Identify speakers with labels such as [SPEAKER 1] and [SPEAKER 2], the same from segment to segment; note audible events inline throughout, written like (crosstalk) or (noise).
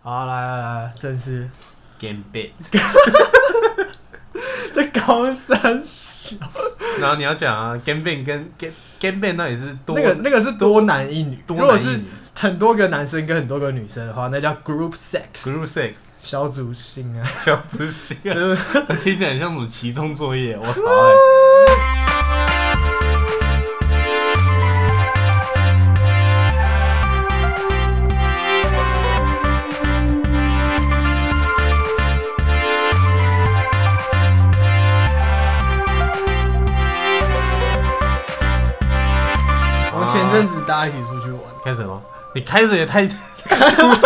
[SPEAKER 1] 好，来来来，正 (laughs) 式
[SPEAKER 2] game bit，
[SPEAKER 1] 在高三小，
[SPEAKER 2] 然后你要讲啊，game bit 跟 game game bit 到底是多
[SPEAKER 1] 那个那个是多男一女，
[SPEAKER 2] 多
[SPEAKER 1] 如果
[SPEAKER 2] 男一
[SPEAKER 1] 是
[SPEAKER 2] 女
[SPEAKER 1] 很多个男生跟很多个女生的话，那叫 group sex，
[SPEAKER 2] group sex
[SPEAKER 1] 小组性 (laughs) 啊，
[SPEAKER 2] 小知 (laughs) 识啊，
[SPEAKER 1] 就是
[SPEAKER 2] 听起来很像什么期中作业，我 (laughs) 操、欸！
[SPEAKER 1] 我们前阵子大家一起出去玩，
[SPEAKER 2] 开始了吗？你开始也太突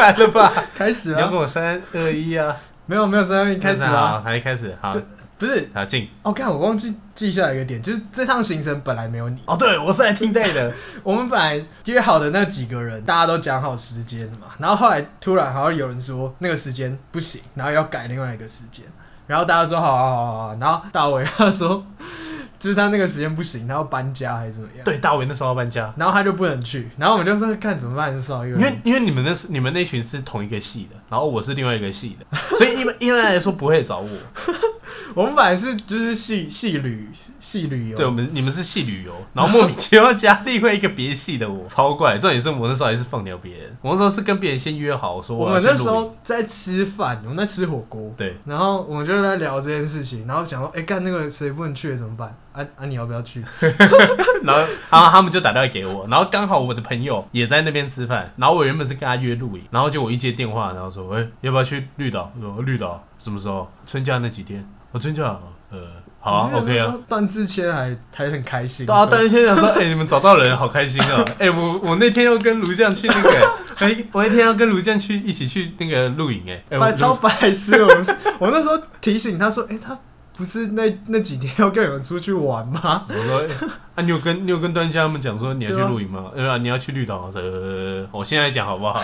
[SPEAKER 2] 然了吧？
[SPEAKER 1] 开始
[SPEAKER 2] (laughs) 你要
[SPEAKER 1] 啊
[SPEAKER 2] 跟，我三二一啊！
[SPEAKER 1] 没有没有三二一开始
[SPEAKER 2] 好，
[SPEAKER 1] 啊，
[SPEAKER 2] 还开始好
[SPEAKER 1] 就，不是，
[SPEAKER 2] 好进。
[SPEAKER 1] 哦，看我忘记记下来一个点，就是这趟行程本来没有你，
[SPEAKER 2] 哦，对，我是来听带的。
[SPEAKER 1] 我们本来约好的那几个人，大家都讲好时间的嘛，然后后来突然好像有人说那个时间不行，然后要改另外一个时间，然后大家说好好好好好，然后大伟他说就是他那个时间不行，他要搬家还是怎么样，
[SPEAKER 2] 对，大伟那时候要搬家，
[SPEAKER 1] 然后他就不能去，然后我们就说看怎么办，少一个
[SPEAKER 2] 因为
[SPEAKER 1] 人，
[SPEAKER 2] 因为你们那是你们那群是同一个系的，然后我是另外一个系的，所以一般一般来说不会找我。
[SPEAKER 1] 我们本来是就是系系旅系旅游，
[SPEAKER 2] 对，我们你们是系旅游，然后莫名其妙加另外一个别系的我， (laughs) 超怪。重点是我那时候还是放鸟别人，我那时候是跟别人先约好，我说
[SPEAKER 1] 我
[SPEAKER 2] 要
[SPEAKER 1] 们
[SPEAKER 2] 去
[SPEAKER 1] 那时
[SPEAKER 2] 露营
[SPEAKER 1] 候在吃饭，我们在吃火锅，
[SPEAKER 2] 对， (laughs)
[SPEAKER 1] 然后我们就在聊这件事情，然后想说，哎、干那个谁不能去怎么办？啊啊，你要不要去？
[SPEAKER 2] 然后然后他们就打电话给我，然后刚好我的朋友也在那边吃饭，然后我原本是跟他约露营，然后结果我一接电话，然后说，哎、要不要去绿岛？我说哎绿岛什么时候？春假那几天？我、春假，呃，好啊
[SPEAKER 1] 你
[SPEAKER 2] ，OK
[SPEAKER 1] 那时
[SPEAKER 2] 啊
[SPEAKER 1] 候。段志谦还还很开心，
[SPEAKER 2] 对啊，
[SPEAKER 1] 说
[SPEAKER 2] 但是现在想说，哎、你们找到人，好开心
[SPEAKER 1] (laughs)
[SPEAKER 2] 啊！哎、我我那天要跟卢酱去那个、哎、我那天要跟卢酱去一起去那个露营、哎哎，我
[SPEAKER 1] 白超白痴，我们是 (laughs) 我们那时候提醒他说，哎、他不是那那几天要跟你们出去玩吗？ (laughs)
[SPEAKER 2] 我说、欸啊，你有跟你有跟端家他们讲说你要去
[SPEAKER 1] 对啊
[SPEAKER 2] 露
[SPEAKER 1] (laughs)
[SPEAKER 2] 营吗？呃、啊，你要去绿岛。呃，我现在讲好不好？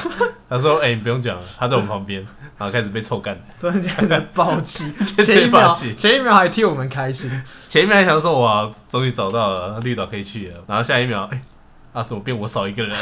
[SPEAKER 2] 他说，哎、你不用讲了，他在我们旁边，然后开始被臭干。
[SPEAKER 1] 突然间在暴
[SPEAKER 2] (laughs)
[SPEAKER 1] 气，
[SPEAKER 2] 接
[SPEAKER 1] 前一秒
[SPEAKER 2] 暴气
[SPEAKER 1] 前一秒还替我们开心，
[SPEAKER 2] 前面还想说，哇，终于找到了绿岛可以去了，然后下一秒，哎、啊，怎么变我少一个人？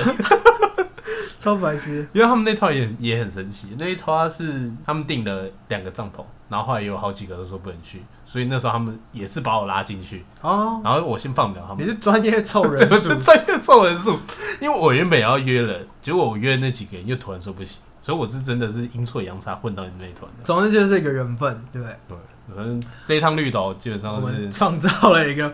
[SPEAKER 1] 超白痴。
[SPEAKER 2] 因为他们那套也很也很神奇，那一套他是他们订了两个帐篷，然后后来也有好几个都说不能去，所以那时候他们也是把我拉进去，
[SPEAKER 1] 哦，
[SPEAKER 2] 然后我先放不了他们
[SPEAKER 1] 你。 (laughs) 是专业凑人
[SPEAKER 2] (laughs) 对，我
[SPEAKER 1] 数
[SPEAKER 2] 是，专业凑人数，因为我原本也要约人，结果我约那几个人又突然说不行，所以我是真的是阴错阳差混到你那一团的。
[SPEAKER 1] 总之就是一个缘分，对不对？
[SPEAKER 2] 对，反正这一趟绿岛基本
[SPEAKER 1] 我
[SPEAKER 2] 上是
[SPEAKER 1] 们，创造了一个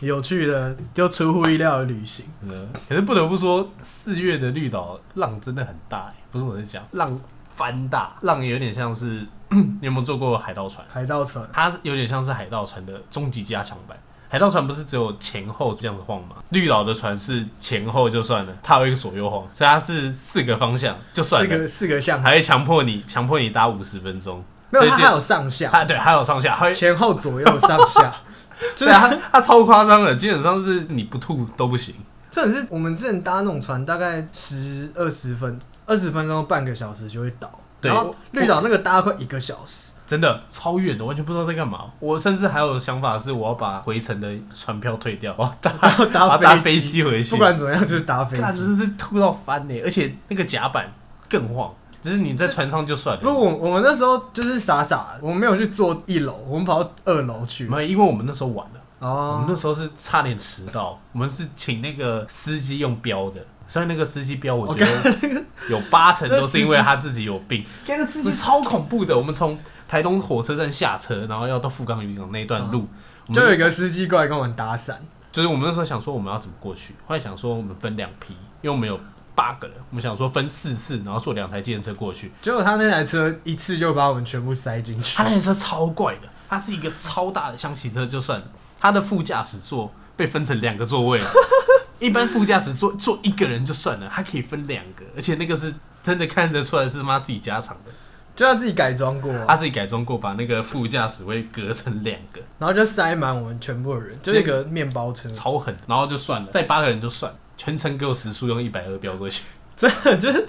[SPEAKER 1] 有趣的、就出乎意料的旅行。
[SPEAKER 2] 呃可是不得不说，四月的绿岛浪真的很大、欸，不是我在讲，浪翻大，浪有点像是 (clears throat) 你有没有坐过海盗船？
[SPEAKER 1] 海盗船，
[SPEAKER 2] 它是有点像是海盗船的终极加强版。海盗船不是只有前后这样子晃吗？绿岛的船是前后就算了，它有一个左右晃，所以它是四个方向就算
[SPEAKER 1] 四
[SPEAKER 2] 了。
[SPEAKER 1] 个四个项目，
[SPEAKER 2] 还会强迫你，强迫你搭五十分钟。
[SPEAKER 1] 没有
[SPEAKER 2] 对
[SPEAKER 1] 它
[SPEAKER 2] 就
[SPEAKER 1] 还有上下，
[SPEAKER 2] 他对，还有上下，还会
[SPEAKER 1] 前后左右上下， (laughs) 就
[SPEAKER 2] 对
[SPEAKER 1] 是
[SPEAKER 2] 啊，他他超夸张的，基本上是你不吐都不行。
[SPEAKER 1] 这也是我们之前搭那种船，大概十二十分二十分钟半个小时就会到，
[SPEAKER 2] 对
[SPEAKER 1] 然
[SPEAKER 2] 我
[SPEAKER 1] 后绿岛那个搭快一个小
[SPEAKER 2] (laughs)
[SPEAKER 1] 时，
[SPEAKER 2] 真的超远的，完全不知道在干嘛。我甚至还有想法是，我要把回程的船票退
[SPEAKER 1] (laughs)
[SPEAKER 2] 掉，我要搭
[SPEAKER 1] 然后
[SPEAKER 2] 我
[SPEAKER 1] 搭
[SPEAKER 2] 要搭
[SPEAKER 1] 飞
[SPEAKER 2] 飞，机回去。
[SPEAKER 1] 不管怎么样就是搭飞
[SPEAKER 2] 干，
[SPEAKER 1] 机。
[SPEAKER 2] 真的是吐到翻欸呢，而且那个甲板更晃，只是你在船上就算
[SPEAKER 1] 不过
[SPEAKER 2] 了。
[SPEAKER 1] 我我们那时候就是傻傻的，我们没有去坐一楼，我们跑到二楼去。
[SPEAKER 2] 没有，因为我们那时候晚了，我们
[SPEAKER 1] 哦
[SPEAKER 2] 那，时候是差点迟到，我们是请那个司机用标的。虽然那个司机标，我觉得有八成都是因为他自己有病。跟那司机超恐怖的，我们从台东火车站下车，然后要到富冈渔港那一段路，
[SPEAKER 1] 嗯 (laughs)
[SPEAKER 2] 我
[SPEAKER 1] 就
[SPEAKER 2] 们
[SPEAKER 1] 有一个司机过来跟我们搭讪，
[SPEAKER 2] 就是我们那时候想说我们要怎么过去，后来想说我们分两批，因为我们有八个人，我们想说分四次，然后坐两台计程车过去。
[SPEAKER 1] 结果他那台车一次就把我们全部塞进去
[SPEAKER 2] 他。那台车超怪的，它是一个超大的厢型车就算了，它的副驾驶座被分成两个座位了。一般副驾驶座坐一个人就算了，还可以分两个，而且那个是真的看得出来是妈自己加长的，
[SPEAKER 1] 就他自己改装过、
[SPEAKER 2] 他自己改装过，把那个副驾驶位隔成两个，
[SPEAKER 1] 然后就塞满我们全部的人，就是一个面包车，
[SPEAKER 2] 超狠。然后就算了，再八个人就算了，全程给我时速用一百二飙过去。
[SPEAKER 1] 真的 (laughs) 就是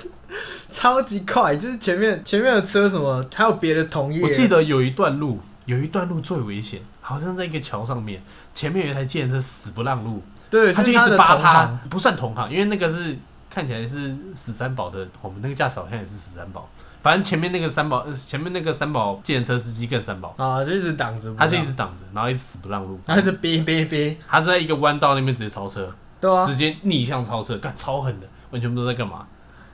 [SPEAKER 1] 超级快，就是前面前面的车什么，还有别的同业，
[SPEAKER 2] 我记得有一段路，有一段路最危险，好像在一个桥上面，前面有一台计程车死不让路，
[SPEAKER 1] 对，
[SPEAKER 2] 他就一
[SPEAKER 1] 是
[SPEAKER 2] 直
[SPEAKER 1] 的
[SPEAKER 2] 扒
[SPEAKER 1] 同
[SPEAKER 2] 他
[SPEAKER 1] 行，，
[SPEAKER 2] 不算同行，因为那个是看起来是十三宝的，我们那个驾驶好像也是十三宝，反正前面那个三宝，呃前面那个三宝计程车司机更三宝，
[SPEAKER 1] 啊，就一直挡着不让，
[SPEAKER 2] 他就一直挡着，然后一直死不让路，
[SPEAKER 1] 他一直逼逼逼，
[SPEAKER 2] 他在一个弯道那边直接超车，
[SPEAKER 1] 对啊，，
[SPEAKER 2] 直接逆向超车，干超狠的，完全不知道在干嘛。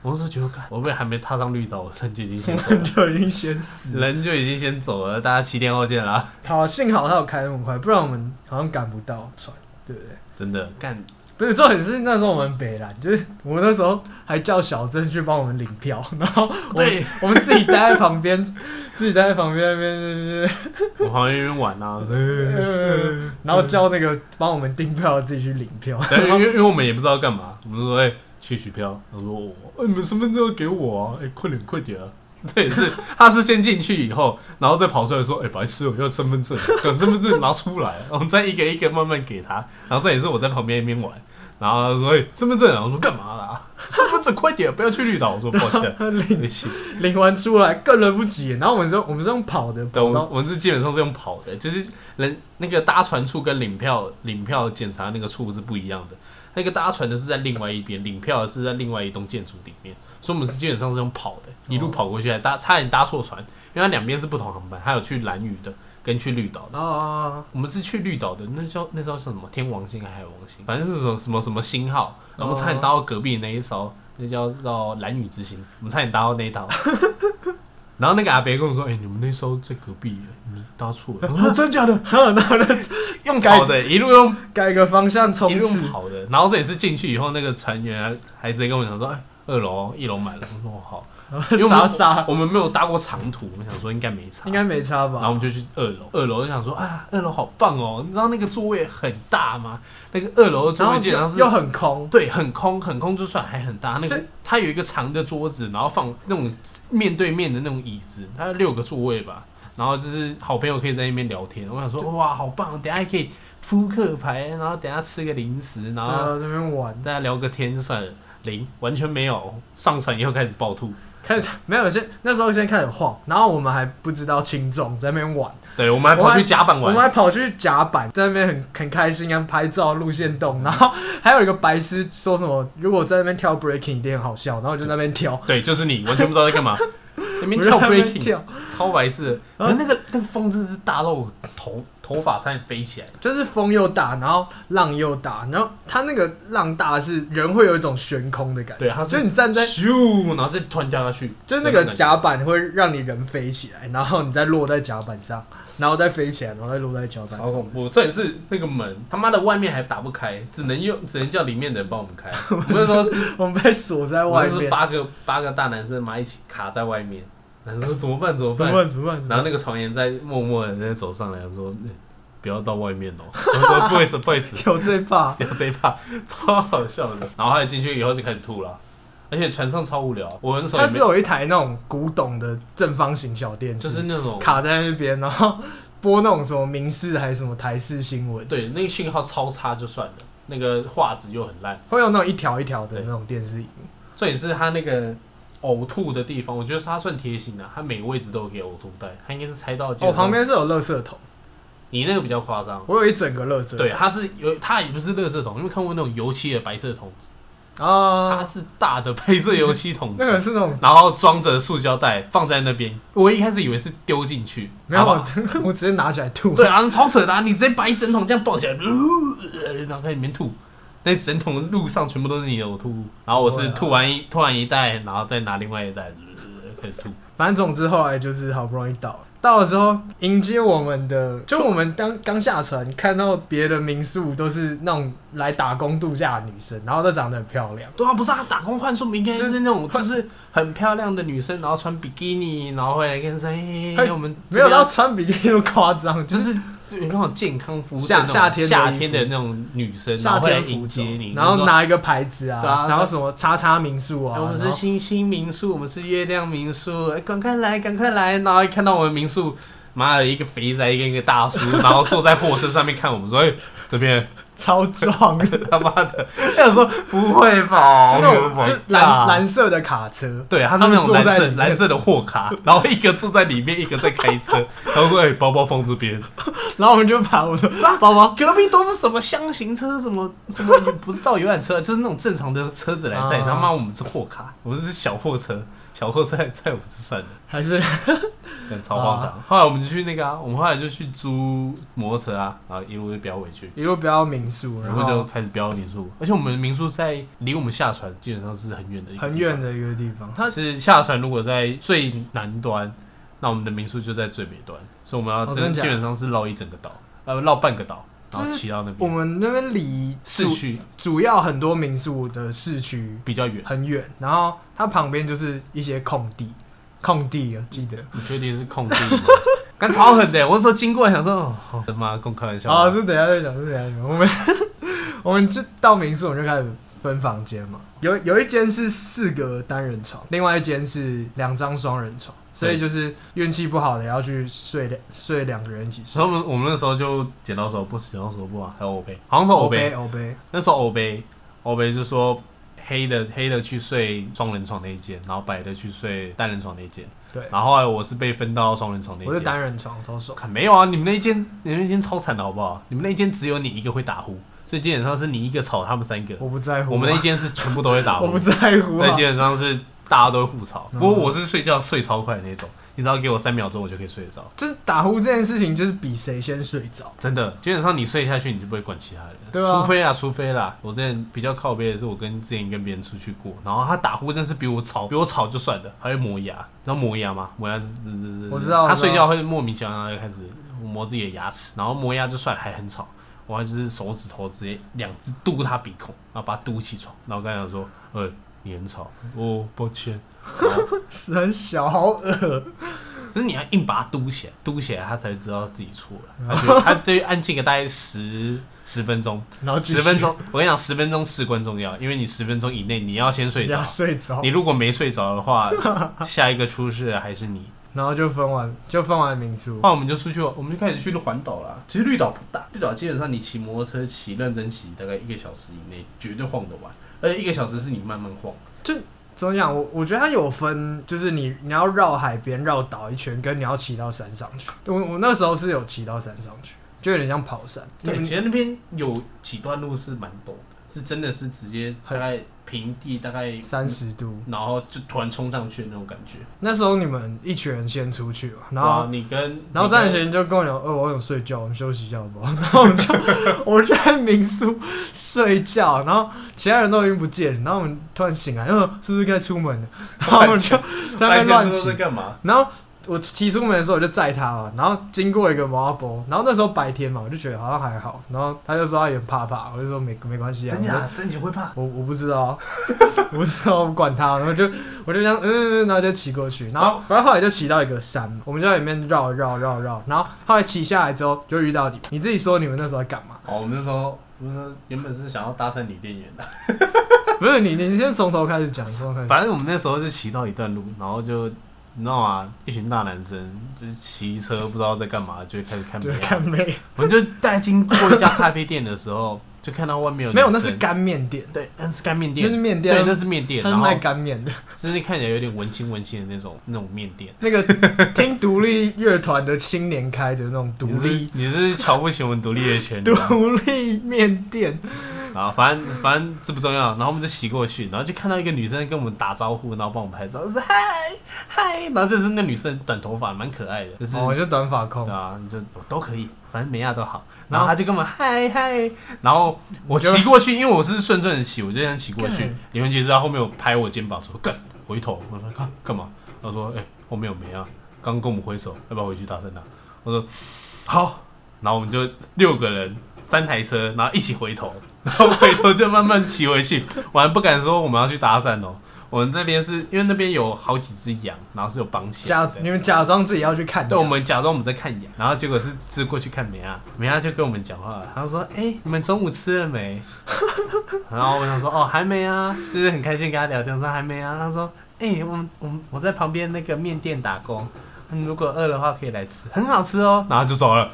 [SPEAKER 2] 我那时候觉得，干，我被还没踏上绿岛，我人就已经先走
[SPEAKER 1] (laughs)
[SPEAKER 2] 了
[SPEAKER 1] 就已经先死了。
[SPEAKER 2] 人就已经先走了，大家七天后见啦。
[SPEAKER 1] 好，幸好他有开那么快，不然我们好像赶不到船，对不对？
[SPEAKER 2] 真的干，
[SPEAKER 1] 不是，重点是那时候我们北兰，就是我们那时候还叫小郑去帮我们领票， (laughs) 然后我们
[SPEAKER 2] 对
[SPEAKER 1] 我们自己待在旁边，自己待在旁边那边，
[SPEAKER 2] 我旁边那边玩
[SPEAKER 1] (laughs)
[SPEAKER 2] 啊，
[SPEAKER 1] 呃然后叫那个帮我们订票的自己去领票， (laughs)
[SPEAKER 2] 对，因为因为我们也不知道干嘛，我们说哎、去取票，他说我、哎你们身份证要给我啊，哎、快点快点啊。 (laughs) 这也是，他是先进去以后，然后再跑出来说：“哎、白痴，我要身份证，等身份证拿出来，我们再一个一个慢慢给他。”然后这也是我在旁边一边玩，然后他说：“哎、身份证啊！”然后说：“干嘛啦？身份证快点，不要去绿岛。”我说：“抱歉， (laughs) 对
[SPEAKER 1] 领
[SPEAKER 2] 不起。
[SPEAKER 1] 领完出来更来不及，然后我们是用我们是用跑的”
[SPEAKER 2] 对，我
[SPEAKER 1] 跑
[SPEAKER 2] 们
[SPEAKER 1] 到，
[SPEAKER 2] 我们是基本上是用跑的，就是人那个搭船处跟领票领票检查那个处是不一样的。那个搭船的是在另外一边，领票的是在另外一栋建筑里面，所以我们是基本上是用跑的，一路跑过去，还搭差点搭错船，因为它两边是不同航班，还有去蓝屿的跟去绿岛的。
[SPEAKER 1] 啊，
[SPEAKER 2] 我们是去绿岛的，那叫那艘叫什么天王星还是海王星，反正是什么什么什么星号，然后我们差点搭到隔壁的那一艘，那叫叫蓝雨之星，我们差点搭到那
[SPEAKER 1] (laughs)
[SPEAKER 2] 一套。然后那个阿伯跟我说：“哎、你们那艘在隔壁耶，你们搭错
[SPEAKER 1] (laughs)
[SPEAKER 2] 了。”我说：“哦真假的？
[SPEAKER 1] 然后呢
[SPEAKER 2] 用跑的，一路用
[SPEAKER 1] 改个方向
[SPEAKER 2] 一
[SPEAKER 1] 冲
[SPEAKER 2] 路
[SPEAKER 1] 刺
[SPEAKER 2] 用，跑的。”然后这也是进去以后，那个船员还还直接跟我讲说：“哎、二楼一楼满了。”我说：“哦好。因为我
[SPEAKER 1] (laughs) 傻
[SPEAKER 2] 们
[SPEAKER 1] 傻，
[SPEAKER 2] 我们没有搭过长途，我们想说应该没差，
[SPEAKER 1] 应该没差
[SPEAKER 2] 然后
[SPEAKER 1] 吧？
[SPEAKER 2] 我们就去二楼，二楼就想说啊，二楼好棒哦！你知道那个座位很大吗？那个二楼的座
[SPEAKER 1] 然后
[SPEAKER 2] 位基本上
[SPEAKER 1] 又
[SPEAKER 2] 是
[SPEAKER 1] 又很空，
[SPEAKER 2] 对，很空，很空就算还很大。那
[SPEAKER 1] 这
[SPEAKER 2] 个它有一个长的桌子，然后放那种面对面的那种椅子，它有六个座位吧。然后就是好朋友可以在那边聊天。我想说哇，好棒！等一下还可以扑克牌，然后等一下吃个零食，然
[SPEAKER 1] 就
[SPEAKER 2] 后
[SPEAKER 1] 在这边玩。
[SPEAKER 2] 大家聊个天就算了。零完全没有，上船以后开始暴吐。
[SPEAKER 1] 开始没有先那时候先开始晃，然后我们还不知道轻重，在那边玩，
[SPEAKER 2] 对，我们还
[SPEAKER 1] 我
[SPEAKER 2] 跑
[SPEAKER 1] 还
[SPEAKER 2] 去甲板
[SPEAKER 1] 我
[SPEAKER 2] 玩
[SPEAKER 1] 们。还跑去甲板，在那边很很开心啊，拍照路线动，然后还有一个白痴说什么，如果在那边跳 breaking 一定很好笑，然后我就在那边跳，
[SPEAKER 2] 对，就是你，完全不知道在干嘛，那边
[SPEAKER 1] 我就
[SPEAKER 2] 跳
[SPEAKER 1] 在那边
[SPEAKER 2] breaking，
[SPEAKER 1] 跳，
[SPEAKER 2] 超白痴的。可是那个那个风真的是大到我头头发差点飞起来。
[SPEAKER 1] 就是风又大，然后浪又大，然后它那个浪大是人会有一种悬空的感觉，
[SPEAKER 2] 对，它
[SPEAKER 1] 就是你站在
[SPEAKER 2] 咻，然后再突然掉下去，
[SPEAKER 1] 就是那个甲板会让你人飞起来，然后你再落在甲板上，然后再飞起来，然后再落在甲板
[SPEAKER 2] 超
[SPEAKER 1] 上
[SPEAKER 2] 恐。怖。这也是那个门，他妈的外面还打不开，只能用只能叫里面的人帮我们 (laughs) 开。我们那时候是，
[SPEAKER 1] 我们被锁在
[SPEAKER 2] 我
[SPEAKER 1] 外
[SPEAKER 2] 们是
[SPEAKER 1] 面，
[SPEAKER 2] 八个八个大男生嘛一起卡在外面，然后说怎么办怎么
[SPEAKER 1] 怎么
[SPEAKER 2] 办？
[SPEAKER 1] 办？怎么办？怎么
[SPEAKER 2] 然
[SPEAKER 1] 办
[SPEAKER 2] 后那个船员在默默的在走上来说。欸不要到外面哦！ (laughs) 我说不好意思，不好意思，
[SPEAKER 1] 有最怕。
[SPEAKER 2] 聊这一趴， (laughs) 超好笑的。然后他一进去以后就开始吐了，而且船上超无聊。我那时候
[SPEAKER 1] 它
[SPEAKER 2] 也
[SPEAKER 1] 只
[SPEAKER 2] 没，
[SPEAKER 1] 有一台那种古董的正方形小电视，
[SPEAKER 2] 就是那种
[SPEAKER 1] 卡在那边，然后播那种什么民视还是什么台视新闻，
[SPEAKER 2] 对那个讯号超差就算了，那个画质又很烂。
[SPEAKER 1] 会有那种一条一条的
[SPEAKER 2] 对
[SPEAKER 1] 那种电视荧幕。
[SPEAKER 2] 重点是他那个呕吐的地方，我觉得他算贴心的、他每个位置都有给呕吐袋，他应该是猜到。
[SPEAKER 1] 哦，旁，边是有垃圾桶，
[SPEAKER 2] 你那个比较夸张。
[SPEAKER 1] 我有一整个垃圾桶。
[SPEAKER 2] 对，啊它是有，它也不是垃圾桶，因为看过那种油漆的白色桶子，它
[SPEAKER 1] 啊，
[SPEAKER 2] 是大的白色油漆桶子，
[SPEAKER 1] 那个是那种，
[SPEAKER 2] 然后装着塑胶袋放在那边。我一开始以为是丢进去，
[SPEAKER 1] 没有，
[SPEAKER 2] 好吧
[SPEAKER 1] 我直 (laughs) 我直接拿起来吐。
[SPEAKER 2] (laughs) 对啊，超扯的、啊，你直接把一整桶这样抱起来，呃然后在里面吐，那整桶的路上全部都是你的呕吐物。然后我是吐完一吐完一袋，然后再拿另外一袋，呃开始吐。
[SPEAKER 1] 反正总之后来就是好不容易到了，到了之后迎接我们的，就我们刚刚下船看到别的民宿都是那种来打工度假的女生，然后都长得很漂亮。
[SPEAKER 2] 对啊，不是啊，打工换宿应该是那种就是很漂亮的女生，然后穿比基尼，然后回来跟谁、
[SPEAKER 1] 嘿
[SPEAKER 2] 我们
[SPEAKER 1] 没有到
[SPEAKER 2] 到，
[SPEAKER 1] 穿比基尼那么夸张，就
[SPEAKER 2] 就是是有那种健康服饰
[SPEAKER 1] 夏
[SPEAKER 2] 那种
[SPEAKER 1] 夏天的
[SPEAKER 2] 夏
[SPEAKER 1] 衣
[SPEAKER 2] 天
[SPEAKER 1] 服
[SPEAKER 2] 的那种女生，然
[SPEAKER 1] 夏
[SPEAKER 2] 后会来
[SPEAKER 1] 天服
[SPEAKER 2] 迎接
[SPEAKER 1] 装
[SPEAKER 2] 你，
[SPEAKER 1] 然后
[SPEAKER 2] 就说。
[SPEAKER 1] 拿一个牌子啊，
[SPEAKER 2] 对啊
[SPEAKER 1] 然后什么叉叉民宿啊，
[SPEAKER 2] 哎我们
[SPEAKER 1] 然
[SPEAKER 2] 是
[SPEAKER 1] 后
[SPEAKER 2] 星星民宿，我们是月亮民宿，哎赶快来，赶快来！然后一看到我们民宿，妈的，一个肥宅跟一个大叔， (laughs) 然后坐在货车上面看我们说，哎、这边 (laughs)
[SPEAKER 1] 超壮的，是
[SPEAKER 2] 他妈的，想说不会吧？
[SPEAKER 1] 那种
[SPEAKER 2] Oh my
[SPEAKER 1] 就
[SPEAKER 2] God
[SPEAKER 1] 蓝，蓝色的卡车，
[SPEAKER 2] 对，他是那
[SPEAKER 1] 他们
[SPEAKER 2] 种
[SPEAKER 1] 坐
[SPEAKER 2] 蓝
[SPEAKER 1] 在
[SPEAKER 2] 色
[SPEAKER 1] 里面
[SPEAKER 2] 蓝色的货卡，然后一个坐在里面，一个在开 (laughs) 车，然后说，哎、包包放这边，
[SPEAKER 1] 然后我们就把我的
[SPEAKER 2] (laughs)
[SPEAKER 1] 包包
[SPEAKER 2] 啊隔壁都是什么箱型车，什么什么也不知道游览车，就是那种正常的车子来载。
[SPEAKER 1] 啊
[SPEAKER 2] 他妈，我们是货卡，我们是小货车，小货车还在我们就算了，
[SPEAKER 1] 还是 (laughs)
[SPEAKER 2] 很超荒唐。后来我们就去那个啊，我们后来就去租摩托车啊，然后一路就飙回去，
[SPEAKER 1] 一路不要民宿，
[SPEAKER 2] 然
[SPEAKER 1] 然
[SPEAKER 2] 后就
[SPEAKER 1] 后
[SPEAKER 2] 开始飙民宿，而且我们的民宿在离我们下船基本上是很远的一个地方，
[SPEAKER 1] 很远的一个地方。它
[SPEAKER 2] 是下船如果在最南端，那我们的民宿就在最北端，所以我们要
[SPEAKER 1] 哦
[SPEAKER 2] 真
[SPEAKER 1] 真的
[SPEAKER 2] 基
[SPEAKER 1] 假的
[SPEAKER 2] 本上是绕一整个岛，呃，绕半个岛，然
[SPEAKER 1] 就是
[SPEAKER 2] 后骑到那
[SPEAKER 1] 我
[SPEAKER 2] 边
[SPEAKER 1] 们那边离
[SPEAKER 2] 市
[SPEAKER 1] 主
[SPEAKER 2] 区
[SPEAKER 1] 主要很多民宿的市区
[SPEAKER 2] 比较远。
[SPEAKER 1] 很远，然后它旁边就是一些空地，空地啊，记得
[SPEAKER 2] (laughs) 你确定是空地 (laughs) 吗？刚超狠的，我那时候经过想说，哦，我的妈，跟我开玩笑。
[SPEAKER 1] 啊，是等一下再讲，是等一下讲。我们 (laughs) 我们就到民宿，我们就开始分房间嘛。有有一间是四个单人床，另外一间是两张双人床，所以
[SPEAKER 2] 对
[SPEAKER 1] 就是运气不好的要去睡两睡两个人一起睡。
[SPEAKER 2] 所以我们我们那时候就剪刀手不，剪刀手不啊，还有欧贝，好像是欧贝。
[SPEAKER 1] 欧杯，
[SPEAKER 2] 那时候欧贝，欧贝就说黑的黑的去睡双人床那一间，然后白的去睡单人床那一间。
[SPEAKER 1] 对，
[SPEAKER 2] 然后后来我是被分到双人床那一间。
[SPEAKER 1] 我是单人床，超爽。
[SPEAKER 2] 看没有啊，你们那一间，你们那一间超惨的好不好？你们那一间只有你一个会打呼，所以基本上是你一个吵他们三个。
[SPEAKER 1] 我不在乎啊，
[SPEAKER 2] 我们那一间是全部都会打呼，
[SPEAKER 1] (laughs) 我不在乎
[SPEAKER 2] 那
[SPEAKER 1] 啊
[SPEAKER 2] 基。本上是大家都会互吵。
[SPEAKER 1] 嗯
[SPEAKER 2] 不过我是睡觉睡超快的那种，你只要给我三秒钟，我就可以睡得着。
[SPEAKER 1] 就是打呼这件事情，就是比谁先睡着。
[SPEAKER 2] 真的，基本上你睡下去，你就不会管其他人。
[SPEAKER 1] 对啊
[SPEAKER 2] 除非啦，除非啦。我之前比较靠背的是，我跟之前跟别人出去过，然后他打呼真是比我吵，比我吵就算了，还会磨牙。你知道磨牙
[SPEAKER 1] 哦
[SPEAKER 2] 吗？磨牙是，
[SPEAKER 1] 我知道我知道
[SPEAKER 2] 他睡觉会莫名其妙然后就开始磨自己的牙齿，然后磨牙就算了，还很吵。我还就是手指头直接两只嘟他鼻孔，然后把他嘟起床。然后我跟他讲说，呃，你很吵，哦，抱歉。然后
[SPEAKER 1] 是很小，呃好恶。
[SPEAKER 2] 就是你要硬把它嘟起来，嘟起来他才会知道自己错了。他就他对于安静个大概十十分钟，
[SPEAKER 1] 然后继续
[SPEAKER 2] 十分钟，我跟你讲，十分钟至关重要，因为你十分钟以内你要先睡
[SPEAKER 1] (laughs) 你
[SPEAKER 2] 着
[SPEAKER 1] 要，睡着
[SPEAKER 2] 你，如果没睡着
[SPEAKER 1] (laughs)
[SPEAKER 2] 的话，下一个出事的还是你。
[SPEAKER 1] 然后就分完就分完民宿
[SPEAKER 2] 那。我们就出去，我们就开始去环岛啦。其实绿岛不大，绿岛基本上你骑摩托车骑认真骑，大概一个小时以内绝对晃得完，而且一个小时是你慢慢晃。
[SPEAKER 1] 怎么讲？我我觉得它有分，就是你你要绕海边绕岛一圈，跟你要骑到山上去。我我那时候是有骑到山上去，就有点像跑山。
[SPEAKER 2] 对，
[SPEAKER 1] 嗯
[SPEAKER 2] 其实那边有几段路是蛮陡的，是真的是直接大概平地大概
[SPEAKER 1] 三，十度。
[SPEAKER 2] 然后就突然冲上去的那种感觉。
[SPEAKER 1] 那时候你们一群人先出去嘛，然
[SPEAKER 2] 哇
[SPEAKER 1] 后
[SPEAKER 2] 你跟
[SPEAKER 1] 然后
[SPEAKER 2] 你跟
[SPEAKER 1] 张雨贤就跟我讲：“呃，我想睡觉，我们休息一下好不好？” (laughs) 然后我们就我们就在民宿睡觉，然后其他人都已经不见了，然后我们突然醒来，呃，是不是该出门了？ (laughs) 然后我们就在那边乱
[SPEAKER 2] 是 (laughs)
[SPEAKER 1] 骑，
[SPEAKER 2] 干嘛？
[SPEAKER 1] 然后我骑出门的时候我就载他嘛，然后经过一个 marble，然后那时候白天嘛，我就觉得好像还好，然后他就说他有点怕怕，我就说没没关系啊，我说，
[SPEAKER 2] 真的会怕？
[SPEAKER 1] 我我不知道， (laughs) 我不知道，我不管他，然后就我就这样，嗯嗯，嗯然后就骑过去，然后然后后来就骑到一个山嘛，我们就在里面绕绕绕绕，然后后来骑下来之后就遇到你，你自己说你们那时候在干嘛？
[SPEAKER 2] 哦，我们那时候，我们那时候原本是想要搭讪女店员的，
[SPEAKER 1] 不是你，你先从头开始讲，从头开始讲，
[SPEAKER 2] (laughs) 反正我们那时候是骑到一段路，然后就你知道吗？一群大男生就是骑车不知道在 (laughs) 干嘛，就开始看
[SPEAKER 1] 就
[SPEAKER 2] 别
[SPEAKER 1] 是
[SPEAKER 2] 人。
[SPEAKER 1] 干面，
[SPEAKER 2] 我们就大概经过一家咖啡店的时候，就看到外面有
[SPEAKER 1] 没有，
[SPEAKER 2] 女
[SPEAKER 1] 那
[SPEAKER 2] 生
[SPEAKER 1] 是干面店，
[SPEAKER 2] 对，那是干面
[SPEAKER 1] 那
[SPEAKER 2] 店
[SPEAKER 1] 是，面
[SPEAKER 2] 对，
[SPEAKER 1] 店，
[SPEAKER 2] 那是面店，
[SPEAKER 1] 他是
[SPEAKER 2] 然后
[SPEAKER 1] 卖干面的。
[SPEAKER 2] 就是看起来有点文青文青的那种那种面店。
[SPEAKER 1] 那个听独立乐团的青年开的那种独立
[SPEAKER 2] 你是你是瞧不起我们独立的圈子吗？
[SPEAKER 1] 独立面店，
[SPEAKER 2] 然后反正反正这不重要，然后我们就骑过去，然后就看到一个女生跟我们打招呼，然后帮我们拍照，就是嗨嗨，然后这是那女生短头发，蛮可爱的，就是、
[SPEAKER 1] 哦，就短发控
[SPEAKER 2] 对，啊，就我都可以，反正美亚都好。然后她就跟我们嗨嗨，然后我骑过去，因为我是顺顺的骑，我就这样骑过去
[SPEAKER 1] 干。
[SPEAKER 2] 李文杰在后面有拍我肩膀说干，回头，我说干干嘛？他说哎、后面有美亚，刚跟我们挥手，要不要回去搭讪她？我说好，然后我们就六个人三台车，然后一起回头，然后回头就慢慢骑回去。我还不敢说我们要去搭讪哦，我们那边是因为那边有好几只羊，然后是有绑起来
[SPEAKER 1] 假
[SPEAKER 2] 的。
[SPEAKER 1] 你们假装自己要去看，
[SPEAKER 2] (laughs) 对，我们假装我们在看羊，然后结果是是过去看梅亚，梅亚就跟我们讲话了，他说：“哎、你们中午吃了没？” (laughs) 然后我想说：“哦，还没啊。”就是很开心跟他聊天，说还没啊。他说：“哎、我们我们我在旁边那个面店打工，嗯如果饿的话可以来吃，很好吃哦。”然后就走了，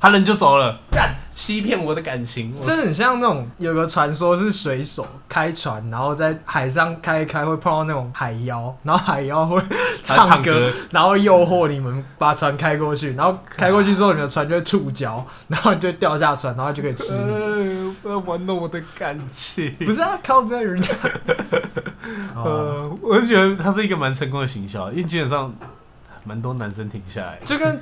[SPEAKER 2] 他人就走了，干欺骗我的感情，我
[SPEAKER 1] 这很像那种有个传说是水手开船，然后在海上开一开会碰到那种海妖，然后海妖会 (laughs)
[SPEAKER 2] 他唱
[SPEAKER 1] 唱
[SPEAKER 2] 歌
[SPEAKER 1] 歌，然后诱惑你们把船开过去，然后开过去之后你的船就会触礁，然后你就掉下船，然后就可以吃你。
[SPEAKER 2] (laughs) 呃，玩弄我的感情。
[SPEAKER 1] 不是啊，靠不要人家哦
[SPEAKER 2] 呃，我就觉得他是一个蛮成功的行销，因为基本上蛮多男生停下来。
[SPEAKER 1] 就跟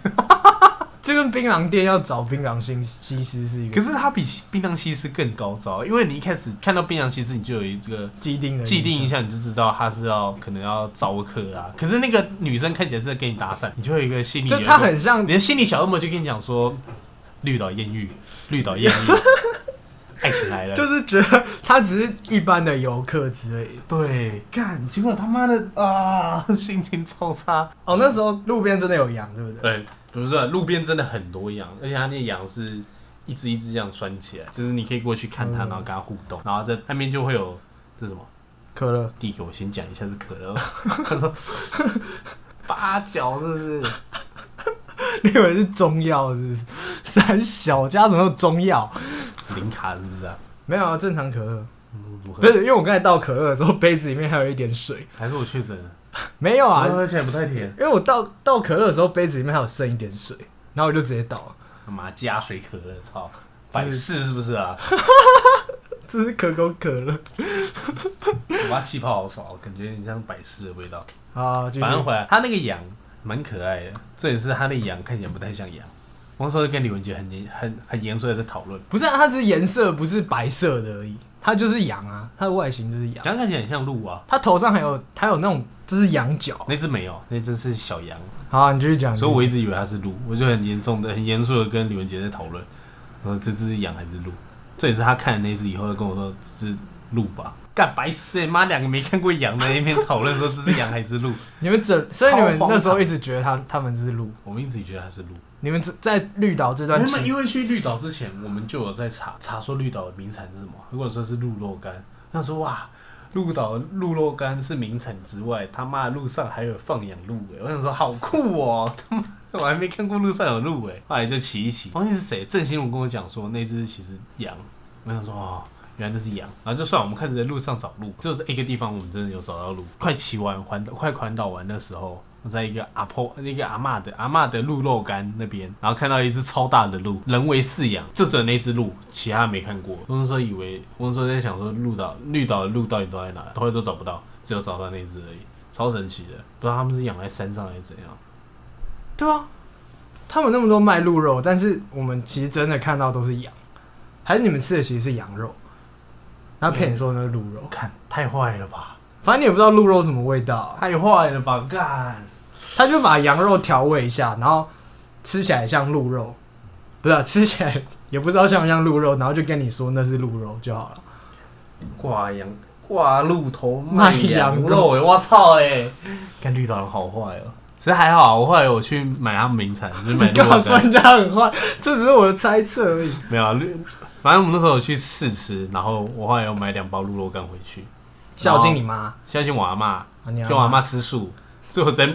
[SPEAKER 1] (laughs) 就跟槟榔店要找槟榔西西施是一
[SPEAKER 2] 可
[SPEAKER 1] 个
[SPEAKER 2] 是他比槟榔西施更高招，因为你一开始看到槟榔西施，你就有一个
[SPEAKER 1] 既定的
[SPEAKER 2] 既定
[SPEAKER 1] 印
[SPEAKER 2] 印
[SPEAKER 1] 象，
[SPEAKER 2] 象，你就知道他是要可能要招客啦。啊可是那个女生看起来是在跟你搭讪，你就会有一个心理，
[SPEAKER 1] 就他很像
[SPEAKER 2] 你的心理小恶魔就跟你讲说，绿岛艳遇，绿岛艳 (laughs) 遇，爱情来了，
[SPEAKER 1] 就是觉得他只是一般的游客之类的。
[SPEAKER 2] 对，干，结果他妈的啊， (laughs) 心情超差。
[SPEAKER 1] 哦，那时候路边真的有羊，对不对？
[SPEAKER 2] 对，不是、啊、路边真的很多羊，而且它那羊是一只一只这样拴起来，就是你可以过去看它，
[SPEAKER 1] 嗯
[SPEAKER 2] 然后跟它互动，然后在那边就会有这什么
[SPEAKER 1] 可乐，
[SPEAKER 2] 递给我先讲一下是可乐， (laughs) 他说八角是不是？
[SPEAKER 1] (laughs) 你以为是中药是不 (laughs) 是？三小家怎么有中药？
[SPEAKER 2] 零卡是不是啊？
[SPEAKER 1] 没有啊，正常可乐。
[SPEAKER 2] 嗯我喝
[SPEAKER 1] 不是，因为我刚才倒可乐的时候， (laughs) 杯子里面还有一点水。
[SPEAKER 2] 还是我确诊了，
[SPEAKER 1] 没有啊
[SPEAKER 2] 我，喝起来不太甜，
[SPEAKER 1] 因为我倒倒可乐的时候，杯子里面还有剩一点水，然后我就直接倒了。
[SPEAKER 2] 他妈加水可乐，操！百事是不是啊？
[SPEAKER 1] 这是可口可乐。
[SPEAKER 2] 我妈气泡好少，感觉有点像百事的味道。
[SPEAKER 1] 好，继续
[SPEAKER 2] 反正回来，他那个羊蛮可爱的，重点是他那羊看起来不太像羊。我那时候就跟李文杰很严、很很严肃的在讨论，
[SPEAKER 1] 不是、啊，它只是颜色不是白色的而已，它就是羊啊，它的外形就是羊。
[SPEAKER 2] 羊看起来很像鹿啊，
[SPEAKER 1] 它头上还有还有那种就是羊角。
[SPEAKER 2] 那只没有，那只是小羊，
[SPEAKER 1] 好啊、你继续讲。
[SPEAKER 2] 所以我一直以为它是鹿，我就很严重的、很严肃的跟李文杰在讨论，我说这只是羊还是鹿？重点是他看了那只以后，他跟我说这是鹿吧。干白痴欸！妈，两个没看过羊的那边讨论说这是羊还是鹿，
[SPEAKER 1] 你们整，所以你们
[SPEAKER 2] 超荒
[SPEAKER 1] 那
[SPEAKER 2] 唐
[SPEAKER 1] 时候一直觉得它它们是鹿。
[SPEAKER 2] 我们一直觉得它是鹿。
[SPEAKER 1] 你们这在绿岛这
[SPEAKER 2] 我
[SPEAKER 1] 段期
[SPEAKER 2] 们因为去绿岛之前，我们就有在查查说绿岛的名产是什么。如果说是鹿肉干，那说哇，鹿岛的鹿肉干是名产之外，他妈的路上还有放养鹿哎、我想说好酷哦、 (laughs) 他妈我还没看过路上有鹿哎、后来就骑一骑，忘记是谁，郑兴荣跟我讲说那只其实羊，我想说哦。原来那是羊，然后就算我们开始在路上找鹿，就是一个地方我们真的有找到鹿。快骑完环快环岛完的时候，我在一个阿婆那个阿嬷的阿嬷的鹿肉干那边，然后看到一只超大的鹿，人为饲养，就只有那只鹿，其他没看过。我那时候以为，我那时候在想说鹿岛绿岛的鹿到底都在哪，后来都找不到，只有找到那只而已，超神奇的，不知道他们是养在山上还是怎样。
[SPEAKER 1] 对啊，他们那么多卖鹿肉，但是我们其实真的看到都是羊，还是你们吃的其实是羊肉，然后骗你说那是鹿肉，
[SPEAKER 2] 我看太坏了吧，
[SPEAKER 1] 反正你也不知道鹿肉什么味道啊、
[SPEAKER 2] 太坏了吧，干！
[SPEAKER 1] 他就把羊肉调味一下，然后吃起来像鹿肉，不是啊、吃起来也不知道像不像鹿肉，然后就跟你说那是鹿肉就好了。
[SPEAKER 2] 挂羊挂鹿头
[SPEAKER 1] 卖
[SPEAKER 2] 卖
[SPEAKER 1] 羊
[SPEAKER 2] 羊
[SPEAKER 1] 肉
[SPEAKER 2] 肉、欸，我操哎、看绿岛人好坏哦、其实还好，我后来有去买他们名产，就是买
[SPEAKER 1] 你
[SPEAKER 2] 哎
[SPEAKER 1] (laughs) 干
[SPEAKER 2] 鹿肉
[SPEAKER 1] 嘛说
[SPEAKER 2] 干。
[SPEAKER 1] 人家很坏？这只是我的猜测而已。
[SPEAKER 2] 没有、啊，绿反正我们那时候有去试吃，然后我后来有买两包鹿肉干回去。
[SPEAKER 1] 孝敬你妈，啊
[SPEAKER 2] 现在去我阿妈，
[SPEAKER 1] 你
[SPEAKER 2] 就我阿
[SPEAKER 1] 妈，
[SPEAKER 2] 妈吃素，所以我在 (laughs) 我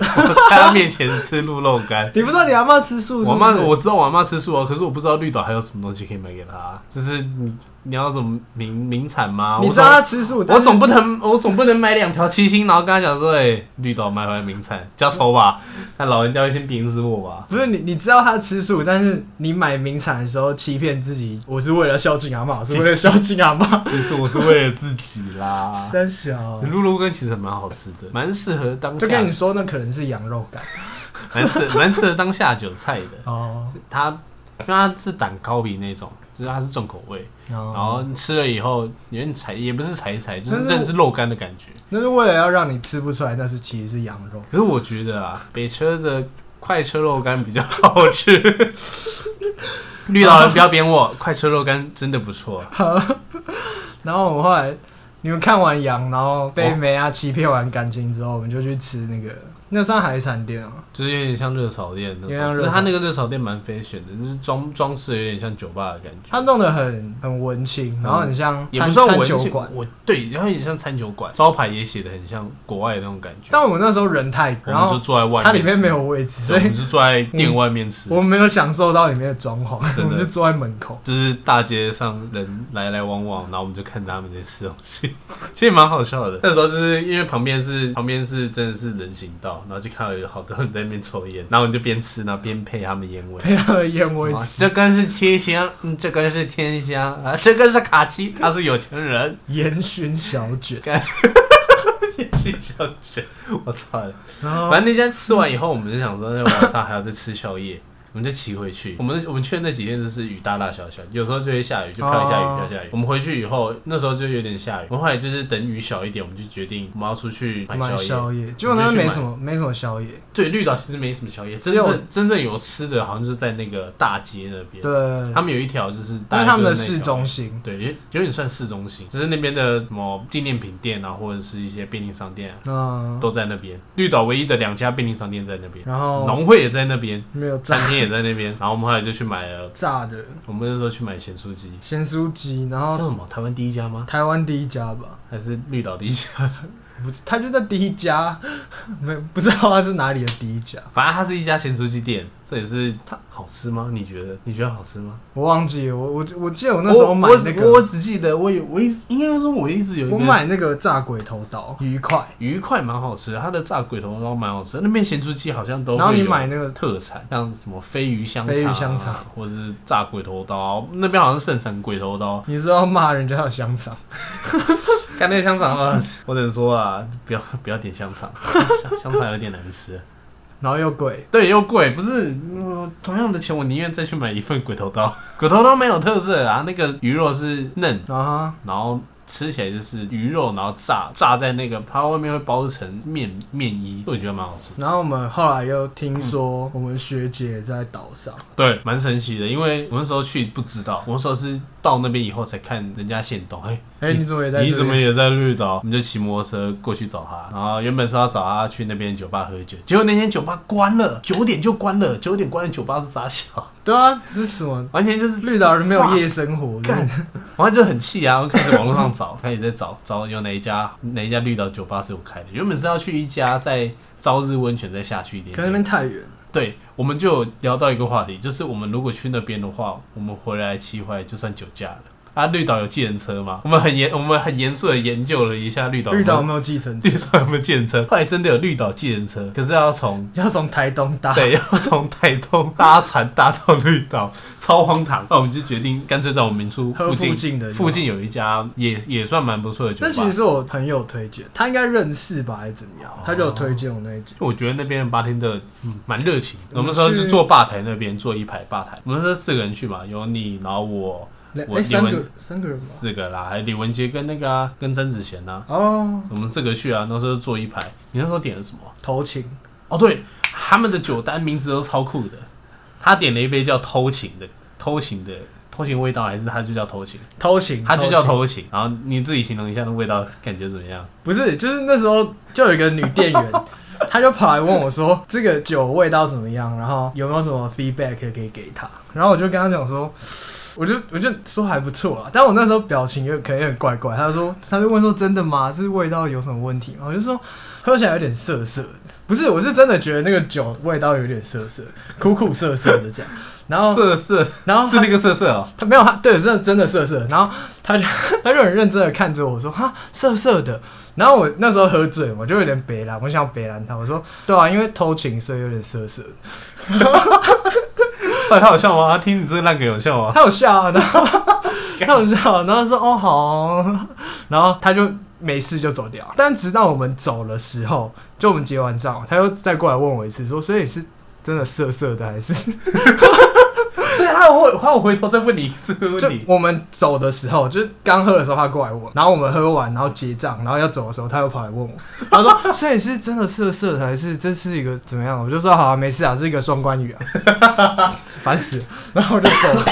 [SPEAKER 2] 在她面前吃鹿肉干。
[SPEAKER 1] 你不知道你阿妈吃素是不是？
[SPEAKER 2] 我妈我知道我妈吃素哦，可是我不知道绿岛还有什么东西可以买给她。就是你你要什么名名产吗？
[SPEAKER 1] 你
[SPEAKER 2] 我
[SPEAKER 1] 知道她吃素，但
[SPEAKER 2] 我
[SPEAKER 1] 是
[SPEAKER 2] 总不能，我总不能买两条七星，然后跟他讲说，哎、绿岛买回来名产，加丑吧，那老人家会先鄙视我吧？
[SPEAKER 1] 不是你，你知道他吃素，但是你买名产的时候欺骗自己，我是为了孝敬阿
[SPEAKER 2] (laughs)
[SPEAKER 1] 妈，我是为了孝敬阿妈。
[SPEAKER 2] 其实我是为了自己啦。
[SPEAKER 1] 三小，
[SPEAKER 2] 鹿肉干其实蛮好吃的，蛮适合
[SPEAKER 1] (laughs)
[SPEAKER 2] 当
[SPEAKER 1] 就
[SPEAKER 2] 下
[SPEAKER 1] 跟你，说，那可能是羊肉干
[SPEAKER 2] 蛮适蛮适合当下酒菜的。
[SPEAKER 1] 哦。
[SPEAKER 2] 它因为它是蛋糕饼那种，就是它是重口味，然
[SPEAKER 1] 然
[SPEAKER 2] 后吃了以后有点柴，也不是柴柴，就
[SPEAKER 1] 但
[SPEAKER 2] 是
[SPEAKER 1] 是
[SPEAKER 2] 真的是肉干的感觉。
[SPEAKER 1] 那是为了要让你吃不出来，那是其实是羊肉。
[SPEAKER 2] 可是我觉得啊，北车的快车肉干比较好
[SPEAKER 1] (laughs)
[SPEAKER 2] 吃。绿岛人不要扁我，快车肉干真的不错。
[SPEAKER 1] 然后我们后来，你们看完羊，然后被
[SPEAKER 2] 哦
[SPEAKER 1] 梅啊欺骗完感情之后，我们就去吃那个，那算海产店啊。
[SPEAKER 2] 就是有点像热炒店那
[SPEAKER 1] 有点像
[SPEAKER 2] 种，只
[SPEAKER 1] 热
[SPEAKER 2] 是
[SPEAKER 1] 炒
[SPEAKER 2] 它那个热炒店蛮 fashion 的，就是装装饰有点像酒吧的感觉，
[SPEAKER 1] 它弄得很很文青，然后很像
[SPEAKER 2] 也不
[SPEAKER 1] 餐
[SPEAKER 2] 算
[SPEAKER 1] 餐
[SPEAKER 2] 文
[SPEAKER 1] 酒
[SPEAKER 2] 青
[SPEAKER 1] 馆。
[SPEAKER 2] 我对，然后有点像餐酒馆，招牌也写的很像国外的那种感觉。
[SPEAKER 1] 但我们那时候人太多，
[SPEAKER 2] 我
[SPEAKER 1] 然
[SPEAKER 2] 们就
[SPEAKER 1] 后
[SPEAKER 2] 坐在外面吃，
[SPEAKER 1] 它里面没有位置，所
[SPEAKER 2] 对，我
[SPEAKER 1] 以
[SPEAKER 2] 们就坐在店外面吃
[SPEAKER 1] 我，们没有享受到里面的装潢，
[SPEAKER 2] 真的
[SPEAKER 1] 我们是坐在门口。
[SPEAKER 2] 就是大街上人来来往往，然后我们就看着他们在吃东西， (laughs) 其实蛮好笑的。那时候就是因为旁边是旁边是真的是人行道，然后就看到有好多人在那边抽烟，然后我们就边吃，然后边配他们的烟味。
[SPEAKER 1] 配合烟味
[SPEAKER 2] 啊
[SPEAKER 1] 吃
[SPEAKER 2] 这根是切香，嗯，这根是天 (laughs) 香啊，这根是卡其，他是有钱人。
[SPEAKER 1] 烟熏小卷
[SPEAKER 2] 干，去小学，我操！
[SPEAKER 1] 然后
[SPEAKER 2] 反正那天吃完以后，我们就想说，那晚上还要再吃宵
[SPEAKER 1] (laughs)
[SPEAKER 2] 夜，我们就骑回去。我们我们去的那几天就是雨大大小小，有时候就会下雨，就飘一下雨，
[SPEAKER 1] 哦
[SPEAKER 2] 飘一下雨。我们回去以后，那时候就有点下雨。我们后来就是等雨小一点，我们就决定我们要出去买
[SPEAKER 1] 买
[SPEAKER 2] 宵夜。
[SPEAKER 1] 宵夜，结果那边
[SPEAKER 2] 你就去
[SPEAKER 1] 没
[SPEAKER 2] 买
[SPEAKER 1] 什么没什么宵夜，
[SPEAKER 2] 对，绿岛其实没什么宵夜，真
[SPEAKER 1] 只有
[SPEAKER 2] 正真正有吃的，好像就是在那个大街那边。
[SPEAKER 1] 对，
[SPEAKER 2] 他
[SPEAKER 1] 因
[SPEAKER 2] 们有一条就是，
[SPEAKER 1] 为他们的市
[SPEAKER 2] 市
[SPEAKER 1] 中心，
[SPEAKER 2] 对，有有点算市中心，只是那边的什么纪念品店啊，或者是一些便利商店啊，
[SPEAKER 1] 嗯，
[SPEAKER 2] 都在那边。绿岛唯一的两家便利商店在那边，
[SPEAKER 1] 然后
[SPEAKER 2] 农会也在那边，
[SPEAKER 1] 没有炸
[SPEAKER 2] 餐厅也在那边。然后我们后来就去买了，
[SPEAKER 1] 炸的
[SPEAKER 2] 我们那时候去买咸酥鸡，
[SPEAKER 1] 咸酥鸡，然
[SPEAKER 2] 叫
[SPEAKER 1] 后
[SPEAKER 2] 什么？台湾第一家吗？
[SPEAKER 1] 台湾第一家吧，
[SPEAKER 2] 还是绿岛第一家？ (laughs)
[SPEAKER 1] 不，他就在第一家， (laughs) 没不知道他是哪里的第一家，
[SPEAKER 2] 反正它是一家咸酥鸡店，这也是它好吃吗？你觉得？你觉得好吃吗？
[SPEAKER 1] 我忘记了我我我记得我那时候买那
[SPEAKER 2] 我
[SPEAKER 1] 个，
[SPEAKER 2] 我只记得我有我一直应该说我一直有一个
[SPEAKER 1] 我买那个炸鬼头刀鱼块，
[SPEAKER 2] 鱼块蛮好吃的，它的炸鬼头刀蛮好吃的，那边咸猪鸡好像都会
[SPEAKER 1] 然后你
[SPEAKER 2] 有
[SPEAKER 1] 买那个
[SPEAKER 2] 特产，像什么飞鱼香肠、啊
[SPEAKER 1] 飞鱼香肠，
[SPEAKER 2] 或者是炸鬼头刀，那边好像盛产鬼头刀。
[SPEAKER 1] 你说要骂人家的香肠，
[SPEAKER 2] 干那个香 (laughs) 肠啊，我只能说啊，不要不要点香肠， (laughs) 香香肠有点难吃。
[SPEAKER 1] 然后又贵，
[SPEAKER 2] 对，又贵，不是、嗯同样的钱，我宁愿再去买一份鬼头刀。 (laughs) 鬼头刀没有特色啊，那个鱼肉是嫩，
[SPEAKER 1] 啊
[SPEAKER 2] 然后吃起来就是鱼肉，然后炸炸在那个它外面会包成面面衣，我觉得蛮好吃
[SPEAKER 1] 哈，
[SPEAKER 2] 的。
[SPEAKER 1] 然后我们后来又听说我们学姐在岛上，
[SPEAKER 2] 对，蛮神奇的，因为我那时候去不知道，我那时候是到那边以后才看人家现动，哎、
[SPEAKER 1] 哎，你怎么也在？
[SPEAKER 2] 你怎么？也在绿岛？我们就骑摩托车过去找他，然后原本是要找他去那边酒吧喝酒，结果那天酒吧关了，九点就关了，九点关的酒吧是傻小，
[SPEAKER 1] 对啊，这是什么？
[SPEAKER 2] 完全就是
[SPEAKER 1] 绿岛人没有夜生活，真
[SPEAKER 2] 干
[SPEAKER 1] 的
[SPEAKER 2] 然后就很气啊，我开始网络上找，开始在找找有哪一家哪一家绿岛酒吧是有开的，原本是要去一家在朝日温泉再下去一点
[SPEAKER 1] 可能
[SPEAKER 2] 点
[SPEAKER 1] 那边太远了。
[SPEAKER 2] 对，我们就有聊到一个话题，就是我们如果去那边的话，我们回来骑回来就算酒驾了。啊，绿岛有计程车吗？我们很严，我们很严肃的研究了一下绿岛有没
[SPEAKER 1] 绿
[SPEAKER 2] 有，
[SPEAKER 1] 岛有没有计程车？(laughs)
[SPEAKER 2] (laughs) 介绍有没有计程车。后来真的有绿岛计程车，可是要从
[SPEAKER 1] 要从台东搭，
[SPEAKER 2] 对，要从台东搭船搭到绿岛，超荒唐。那我们就决定干脆在我们民宿
[SPEAKER 1] 喝
[SPEAKER 2] 附近
[SPEAKER 1] 附近的
[SPEAKER 2] 附近有一家也也算蛮不错的酒
[SPEAKER 1] 那其实
[SPEAKER 2] 吧。
[SPEAKER 1] 是我朋友推荐，他应该认识吧，还是怎么样？他就有推荐我那一集。
[SPEAKER 2] 我觉得那边的 bartender 嗯蛮热情的。我
[SPEAKER 1] 我
[SPEAKER 2] 们
[SPEAKER 1] 们
[SPEAKER 2] 说是
[SPEAKER 1] 去
[SPEAKER 2] 坐吧台那边坐一排吧台，我们是四个人去嘛，有你，然后我，
[SPEAKER 1] 两
[SPEAKER 2] 哦我
[SPEAKER 1] 哎，三
[SPEAKER 2] 你
[SPEAKER 1] 个
[SPEAKER 2] 们
[SPEAKER 1] 三个人吗？
[SPEAKER 2] 四个啦，还有李文杰跟那个、啊、跟曾子贤呐、
[SPEAKER 1] 哦，
[SPEAKER 2] 我们四个去啊，那时候坐一排。你那时候点了什么？
[SPEAKER 1] 头情
[SPEAKER 2] 哦，对，他们的酒单名字都超酷的。他点了一杯叫偷情的，偷情的偷情味道，还是他就叫偷情，
[SPEAKER 1] 偷情，
[SPEAKER 2] 他就叫
[SPEAKER 1] 情，
[SPEAKER 2] 嗯偷情。然后你自己形容一下那味道感觉怎么样？
[SPEAKER 1] 不是，就是那时候就有一个女店员，她就跑来问我说这个酒味道怎么样，然后有没有什么 feedback 可以给她？然后我就跟她讲说。我就我就说还不错啊啦，但我那时候表情有可能有点怪怪。她说，她就问说真的吗？是味道有什么问题吗？我就说喝起来有点涩涩的，不是，我是真的觉得那个酒味道有点涩涩，苦苦涩涩的这样。然后
[SPEAKER 2] 色色
[SPEAKER 1] 然后
[SPEAKER 2] 是
[SPEAKER 1] 他
[SPEAKER 2] 那个色色哦，
[SPEAKER 1] 他没有，他对，真的真的色色。然后他就 (laughs) 他就很认真的看着我说：“哈，色色的。”然后我那时候喝醉，我就有点北蓝，我想北蓝他，我说：“对啊，因为偷情，所以有点色色。
[SPEAKER 2] 后来他有笑吗？他听你这烂梗有笑”吗？
[SPEAKER 1] 他有笑啊，然后 (laughs) 他有笑，然后说：“哦，好哦。”然后他就没事就走掉。但直到我们走的时候，就我们结完账，他又再过来问我一次，说：“所以是真的色色的还是？”
[SPEAKER 2] (laughs) 所以他有回，他有回头再问你这个问
[SPEAKER 1] 就
[SPEAKER 2] 题。
[SPEAKER 1] 我们走的时候，就是刚喝的时候，他过来问，然后我们喝完，然后结账，然后要走的时候，他又跑来问我，他说：“ (laughs) 所以是真的色色的，还是这是一个怎么样？”我就说：“好、啊，没事啊，是一个双关语啊。” (laughs) 烦死了，然后我就走了。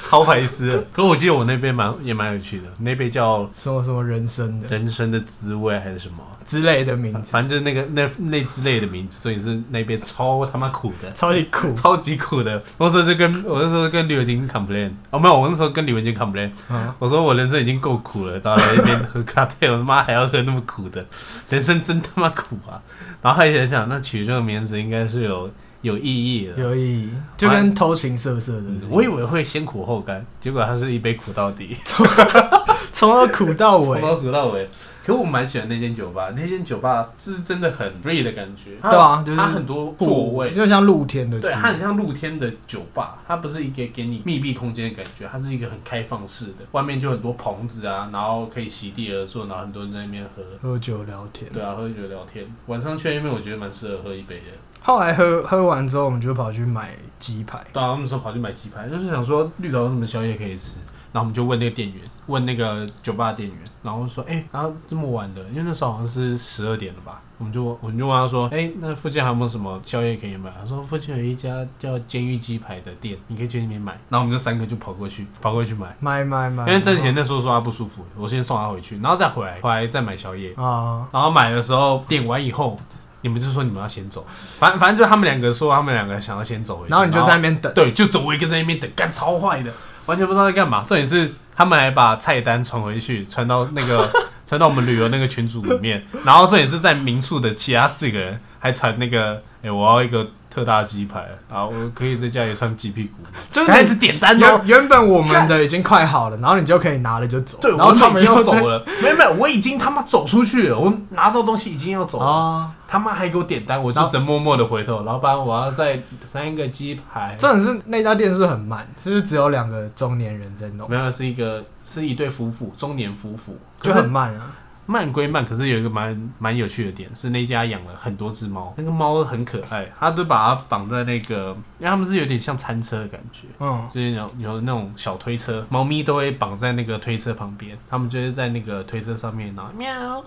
[SPEAKER 2] 超白痴的。可我记得我那杯蛮也蛮有趣的，那杯叫
[SPEAKER 1] 什么什么人生的
[SPEAKER 2] 人生的滋味还是什么，
[SPEAKER 1] 之类的名字，
[SPEAKER 2] 反正就是那个那那之类的名字，所以是那杯超他妈苦的。
[SPEAKER 1] 超级酷。
[SPEAKER 2] 超级苦的，我那时候就跟我那时候跟李文杰 complain，哦没有，我那时候跟李文杰 complain，
[SPEAKER 1] 嗯
[SPEAKER 2] 我说我人生已经够苦了，到了那边喝咖啡， (laughs) 我他妈还要喝那么苦的，人生真他妈苦啊！然后后来想想，那取这个名字应该是有有意义的，
[SPEAKER 1] 有意义，就跟偷情色色的，
[SPEAKER 2] 我以为会先苦后甘，结果它是一杯苦到底。
[SPEAKER 1] (laughs) 从头苦到
[SPEAKER 2] 从
[SPEAKER 1] 尾。
[SPEAKER 2] 头苦到尾。可我蛮喜欢那间酒吧，那间酒吧是真的很 free 的感觉。
[SPEAKER 1] 对啊就是
[SPEAKER 2] 它很多座位，
[SPEAKER 1] 就像露天的区域，
[SPEAKER 2] 对，它很像露天的酒吧，它不是一个给你密闭空间的感觉，它是一个很开放式的，外面就很多棚子啊，然后可以席地而坐，然后很多人在那边喝，
[SPEAKER 1] 喝酒聊天。
[SPEAKER 2] 对啊，喝酒聊天。晚上去那边，我觉得蛮适合喝一杯的。
[SPEAKER 1] 后来喝喝完之后，我们就跑去买鸡排，
[SPEAKER 2] 对啊，我们说跑去买鸡排，就是想说绿岛有什么宵夜可以吃，然后我们就问那个店员，问那个酒吧的店员，然后说，哎、然后这么晚的，因为那时候好像是十二点了吧，我们就我们就问他说，哎、那附近还有没有什么宵夜可以买？他说附近有一家叫监狱鸡排的店，你可以去那边买。然后我们这三个就跑过去，跑过去买。
[SPEAKER 1] 买买买，
[SPEAKER 2] 因为郑贤那时候说他不舒服，我先送他回去，然后再回来，回来再买宵夜。
[SPEAKER 1] 啊，
[SPEAKER 2] 然后买的时候点完以后，你们就说你们要先走，反正反正就他们两个说他们两个想要先走回去，
[SPEAKER 1] 然后你就在那边等，
[SPEAKER 2] 对，就走我一个在那边等，干超坏的，完全不知道在干嘛。重点是他们还把菜单传回去，传到那个 (laughs) 传到我们旅游那个群组里面，然后重点是在民宿的其他四个人还传那个，哎、我要一个。特大鸡排啊！我可以在家里穿鸡屁股吗，
[SPEAKER 1] 就是
[SPEAKER 2] 开始点单哦
[SPEAKER 1] 原。原本我们的已经快好了，然后你就可以拿了就走，
[SPEAKER 2] 对，
[SPEAKER 1] 然后他们
[SPEAKER 2] 要
[SPEAKER 1] 又
[SPEAKER 2] 走
[SPEAKER 1] 在
[SPEAKER 2] 了，没有没有，我已经他妈走出去了，我拿到东西已经要走了。
[SPEAKER 1] 啊。
[SPEAKER 2] 哦他妈还给我点单，我就只能默默的回头，老板，我要再三个鸡排。
[SPEAKER 1] 重点是那家店是不是很慢，是不是只有两个中年人在弄，
[SPEAKER 2] 没有，是一个是一对夫妇，中年夫妇，
[SPEAKER 1] 就
[SPEAKER 2] 可
[SPEAKER 1] 很
[SPEAKER 2] 是
[SPEAKER 1] 慢啊。
[SPEAKER 2] 慢归慢，可是有一个蛮蛮有趣的点，是那家养了很多只猫，那个猫很可爱，他都把它绑在那个，因为他们是有点像餐车的感觉。
[SPEAKER 1] 嗯，
[SPEAKER 2] 就是有有那种小推车，猫咪都会绑在那个推车旁边，它们就是在那个推车上面，然后喵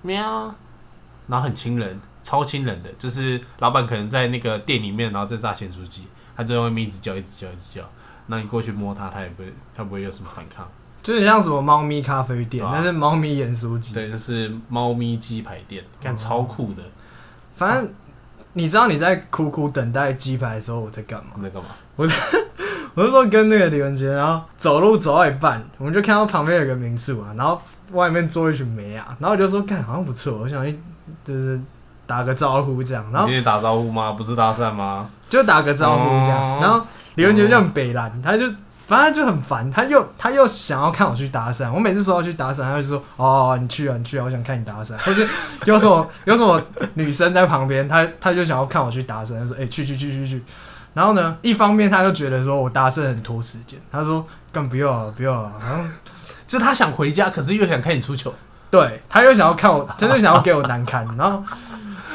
[SPEAKER 2] 喵，然后很亲人，超亲人的，就是老板可能在那个店里面，然后在炸咸酥鸡，它就在外面一直叫，一直叫，一直叫，那你过去摸它，它也不会，它不会有什么反抗。
[SPEAKER 1] 就是像什么猫咪咖啡店，
[SPEAKER 2] 对啊
[SPEAKER 1] 但是猫咪盐酥鸡，
[SPEAKER 2] 对，就是猫咪鸡排店，看超酷的，
[SPEAKER 1] 反正。你知道你在苦苦等待鸡排的时候我在干嘛？
[SPEAKER 2] 那干嘛？
[SPEAKER 1] 我那时候跟那个李文杰，然后走路走到一半，我们就看到旁边有个民宿啊，然后外面坐一群梅啊，然后我就说干好像不错，我想去就是打个招呼这样，然后
[SPEAKER 2] 你今天打招呼吗？不是搭讪吗？
[SPEAKER 1] 就打个招呼这样，
[SPEAKER 2] 哦
[SPEAKER 1] 然后李文杰就很北蓝，他就反正他就很烦，他又他又想要看我去搭讪，我每次说要去搭讪，他就说哦你去啊你去啊，我想看你搭讪，或是有什么有什么女生在旁边，他他就想要看我去搭讪，他说哎、去去去去去，然后呢一方面他就觉得说我搭讪很拖时间，他说干不要啊不要啊，然后
[SPEAKER 2] 就是他想回家，可是又想看你出糗。
[SPEAKER 1] 对他又想要看我，真的想要给我难堪，然后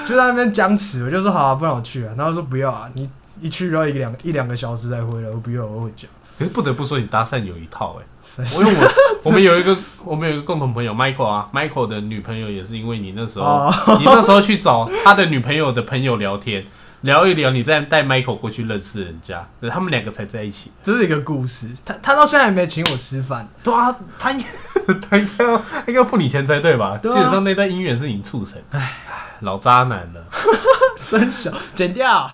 [SPEAKER 1] 就在那边僵持，我就说好、啊，不然我去啊，然后他说不要啊，你一去要一个两一两个小时才回来，我不要，我回家。
[SPEAKER 2] 可是不得不说，你搭讪有一套哎、 (laughs)
[SPEAKER 1] 真
[SPEAKER 2] 我
[SPEAKER 1] 是
[SPEAKER 2] 因为我我们有一个我们有一个共同朋友 Michael 啊，Michael 的女朋友也是因为你那时候、
[SPEAKER 1] 哦
[SPEAKER 2] 你那时候去找他的女朋友的朋友聊天，聊一聊，你再带 Michael 过去认识人家，对他们两个才在一起。
[SPEAKER 1] 这是一个故事， (laughs) 他他到现在还没请我吃饭，
[SPEAKER 2] 对啊，他应 (laughs) 他应该要他应该要付你钱才对吧？
[SPEAKER 1] 对啊
[SPEAKER 2] 基本上那段姻缘是你促成，唉，老渣男了。
[SPEAKER 1] 生小剪掉。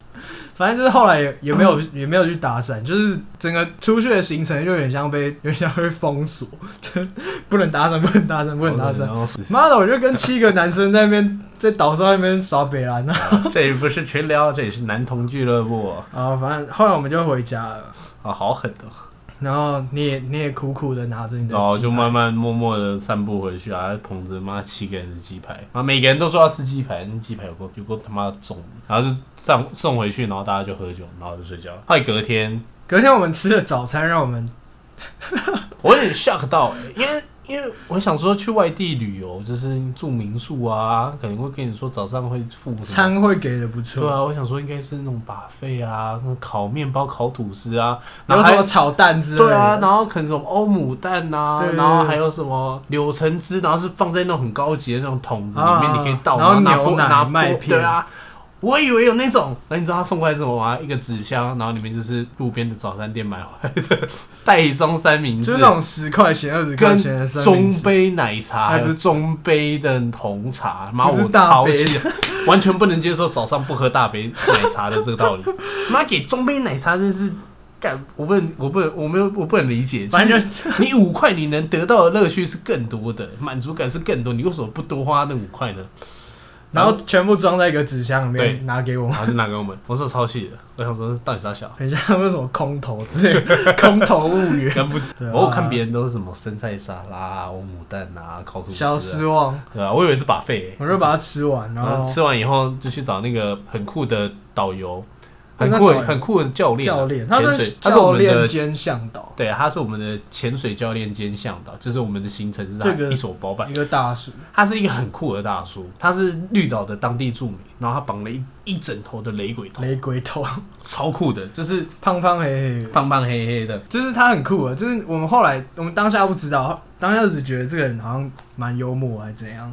[SPEAKER 1] 反正就是后来也也没有也没有去搭讪，就是整个出去的行程就有点像被有点像被封锁， (laughs) 就不能搭讪，不能搭讪，不能搭讪。
[SPEAKER 2] 然后是
[SPEAKER 1] 妈的，我就跟七个男生在那边在岛上那边耍北兰啊！
[SPEAKER 2] 这也不是群聊，这也是男童俱乐部啊，
[SPEAKER 1] 啊，反正后来我们就回家了。
[SPEAKER 2] 好狠哦的、
[SPEAKER 1] 然后你也你也苦苦的拿着你的鸡排，
[SPEAKER 2] 然后哦就慢慢默默的散步回去啊，捧着妈七个人的鸡排，啊，每个人都说要吃鸡排，那鸡排有够有够他妈重，然后就上送回去，然后大家就喝酒，然后就睡觉。后来隔天，
[SPEAKER 1] 隔天我们吃的早餐，让我们
[SPEAKER 2] 我有点 shock 到、欸因为因为我想说去外地旅游，就是住民宿啊，可能会跟你说早上会付什么
[SPEAKER 1] 餐会给的不
[SPEAKER 2] 对
[SPEAKER 1] 错，
[SPEAKER 2] 啊，我想说应该是那种把费啊，那种烤面包、烤吐司啊，然
[SPEAKER 1] 有
[SPEAKER 2] 后
[SPEAKER 1] 什
[SPEAKER 2] 还
[SPEAKER 1] 么炒蛋之类的。
[SPEAKER 2] 对啊，然后可能什么欧姆蛋呐、
[SPEAKER 1] 对
[SPEAKER 2] 然后还有什么柳橙汁，然后是放在那种很高级的那种桶子里面，
[SPEAKER 1] 啊
[SPEAKER 2] 你可以倒，
[SPEAKER 1] 然后
[SPEAKER 2] 拿
[SPEAKER 1] 牛
[SPEAKER 2] 玻
[SPEAKER 1] 奶
[SPEAKER 2] 拿
[SPEAKER 1] 麦
[SPEAKER 2] 麦
[SPEAKER 1] 片
[SPEAKER 2] 片，对啊。我以为有那种，哎那你知道他送过来是什么吗？一个纸箱，然后里面就是路边的早餐店买回来的 (laughs) 袋装三明治，
[SPEAKER 1] 就是那种十块钱、二十块钱的
[SPEAKER 2] 跟
[SPEAKER 1] 三明
[SPEAKER 2] 中
[SPEAKER 1] 治，
[SPEAKER 2] 杯奶茶，
[SPEAKER 1] 还
[SPEAKER 2] 还
[SPEAKER 1] 哎不
[SPEAKER 2] 有
[SPEAKER 1] 是
[SPEAKER 2] 中杯的红茶，妈
[SPEAKER 1] 不是
[SPEAKER 2] 我
[SPEAKER 1] 大
[SPEAKER 2] 超
[SPEAKER 1] 杯
[SPEAKER 2] 气，完全不能接受早上不喝大杯奶茶的这个道
[SPEAKER 1] (laughs)
[SPEAKER 2] 理。妈给中杯奶茶真是。干，我不能，我不能，我没有，我不能理解。
[SPEAKER 1] 反正
[SPEAKER 2] 就是你五块，你能得到的乐趣是更多的，满足感是更多。你为什么不多花那五块呢？
[SPEAKER 1] 然后全部装在一个纸箱里
[SPEAKER 2] 对
[SPEAKER 1] 面拿给我们，
[SPEAKER 2] 然，后就拿给我们，我说超气的，我想说到底啥小
[SPEAKER 1] 很像那种空投之类的空投物
[SPEAKER 2] (laughs)
[SPEAKER 1] 语。
[SPEAKER 2] 跟
[SPEAKER 1] (laughs)
[SPEAKER 2] 不，
[SPEAKER 1] 对啊
[SPEAKER 2] 我有看别人都是什么生菜沙拉啊、欧姆蛋啊、烤吐司、
[SPEAKER 1] 小失
[SPEAKER 2] 啊，
[SPEAKER 1] 望，
[SPEAKER 2] 对啊，我以为是把费、
[SPEAKER 1] 我就把它吃完，然
[SPEAKER 2] 然后
[SPEAKER 1] 后
[SPEAKER 2] 吃完以后就去找那个很酷的导游，很
[SPEAKER 1] 哦那
[SPEAKER 2] 酷
[SPEAKER 1] 导游
[SPEAKER 2] 的很酷的教练啊、
[SPEAKER 1] 教练，他
[SPEAKER 2] 潜
[SPEAKER 1] 是
[SPEAKER 2] 水他是我
[SPEAKER 1] 教
[SPEAKER 2] 们
[SPEAKER 1] 练
[SPEAKER 2] 的，
[SPEAKER 1] 兼向导，
[SPEAKER 2] 对，他是我们的潜水教练兼向导，就是我们的行程是他
[SPEAKER 1] 这个
[SPEAKER 2] 一手包办。
[SPEAKER 1] 一个大叔，
[SPEAKER 2] 他是一个很酷的大叔，他是绿岛的当地著名，然后他绑了一一整头的雷鬼头，
[SPEAKER 1] 雷鬼头，
[SPEAKER 2] 超酷的，就是
[SPEAKER 1] 胖胖黑黑的，
[SPEAKER 2] 胖胖黑黑的，
[SPEAKER 1] 就是他很酷啊。就是我们后来，我们当下不知道，当下只觉得这个人好像蛮幽默还是怎样，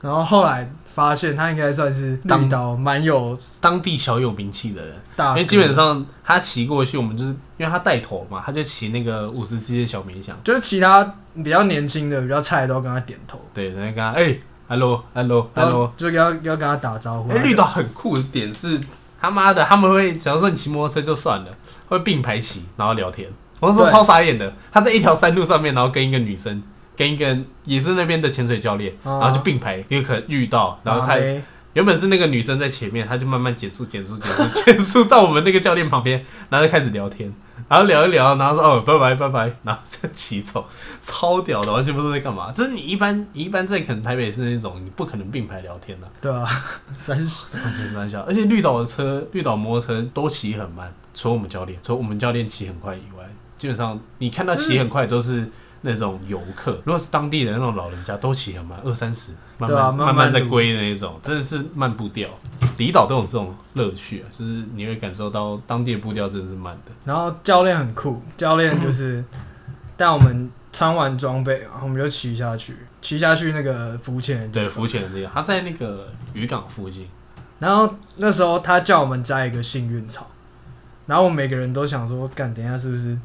[SPEAKER 1] 然后后来发现他应该算是绿
[SPEAKER 2] 当
[SPEAKER 1] 岛蛮有
[SPEAKER 2] 当地小有名气的人。
[SPEAKER 1] 大
[SPEAKER 2] 因
[SPEAKER 1] 哥，
[SPEAKER 2] 为哎基本上他骑过去，我们就是因为他带头嘛，他就骑那个五十 cc 的小冥想，
[SPEAKER 1] 就是其他比较年轻的、比较菜的都跟他点头，
[SPEAKER 2] 对，人家跟他哎，hello hello
[SPEAKER 1] 然
[SPEAKER 2] hello，
[SPEAKER 1] 后就要要跟他打招呼。
[SPEAKER 2] 哎、绿岛很酷的点是，他妈的他们会，假如说你骑摩托车就算了，会并排骑，然后聊天。我那时候
[SPEAKER 1] 对
[SPEAKER 2] 超傻眼的，他在一条山路上面，然后跟一个女生，跟一个也是那边的潜水教练，
[SPEAKER 1] 哦
[SPEAKER 2] 然后就并排，有可能遇到，然后
[SPEAKER 1] 马
[SPEAKER 2] 他
[SPEAKER 1] 妹
[SPEAKER 2] 原本是那个女生在前面，他就慢慢减速、减速、减速、 (laughs) 减速到我们那个教练旁边，然后就开始聊天，然后聊一聊，然后说哦拜拜拜拜，然后就骑走，超屌的，完全不知道在干嘛。就是你一般你一般在可能台北是那种，你不可能并排聊天的、
[SPEAKER 1] 对啊， (laughs) 三十
[SPEAKER 2] 三十三小，而且绿岛的车、绿岛摩托车都骑很慢，除了我们教练，除了我们教练骑很快以外，基本上你看到骑很快都是那种游客，如果是当地的那种老人家都骑很慢，二三十，慢
[SPEAKER 1] 对
[SPEAKER 2] 慢、
[SPEAKER 1] 啊慢慢
[SPEAKER 2] 慢在
[SPEAKER 1] 路
[SPEAKER 2] 归的那种，真的是慢步调。离岛都有这种乐趣啊，就是你会感受到当地的步调真的是慢的。
[SPEAKER 1] 然后教练很酷，教练就是带我们穿完装备，然后我们就骑下去，骑下去那个浮潜的地
[SPEAKER 2] 对，
[SPEAKER 1] 方。
[SPEAKER 2] 浮潜的那个，他在那个渔港附近，
[SPEAKER 1] 然后那时候他叫我们摘一个幸运草，然后我们每个人都想说，干，等一下是不是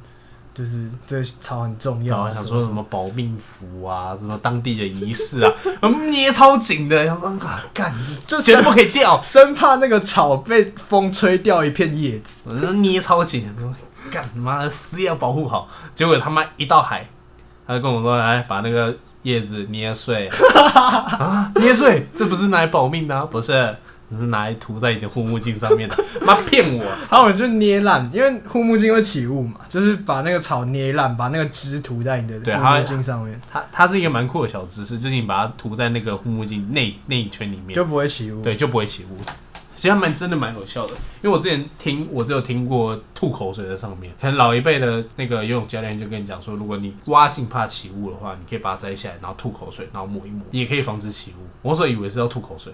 [SPEAKER 1] 就是这个草很重
[SPEAKER 2] 然
[SPEAKER 1] 要、
[SPEAKER 2] 后
[SPEAKER 1] 啊？
[SPEAKER 2] 想
[SPEAKER 1] 不
[SPEAKER 2] 说什么保命符啊，什么当地的仪式啊， (laughs) 嗯，捏超紧的，想说啊，干，
[SPEAKER 1] 就
[SPEAKER 2] 绝对不可以掉。
[SPEAKER 1] (laughs) 生怕那个草被风吹掉一片叶
[SPEAKER 2] (laughs)
[SPEAKER 1] 子。
[SPEAKER 2] 我就捏超紧，干他妈的死也要保护好。结果他妈一到海，他就跟我说：“哎，把那个叶子捏碎啊，捏碎，这不是拿来保命的、啊，不是，这是拿来涂在你的护目镜上面的。”妈骗我！
[SPEAKER 1] 然后我就捏烂，因为护目镜会起雾嘛，就是把那个草捏烂，把那个汁涂在你的
[SPEAKER 2] 对
[SPEAKER 1] 护
[SPEAKER 2] 它
[SPEAKER 1] 目镜上面，
[SPEAKER 2] 它它是一个蛮酷的小知识，就是你把它涂在那个护目镜内内圈里面，
[SPEAKER 1] 就不会起雾。
[SPEAKER 2] 对，就不会起雾。其实还蛮真的蛮有效的，因为我之前听我只有听过吐口水在上面，可能老一辈的那个游泳教练就跟你讲说，如果你蛙镜怕起雾的话，你可以把它摘下来，然后吐口水，然后抹一抹，也可以防止起雾。我那时候以为是要吐口水，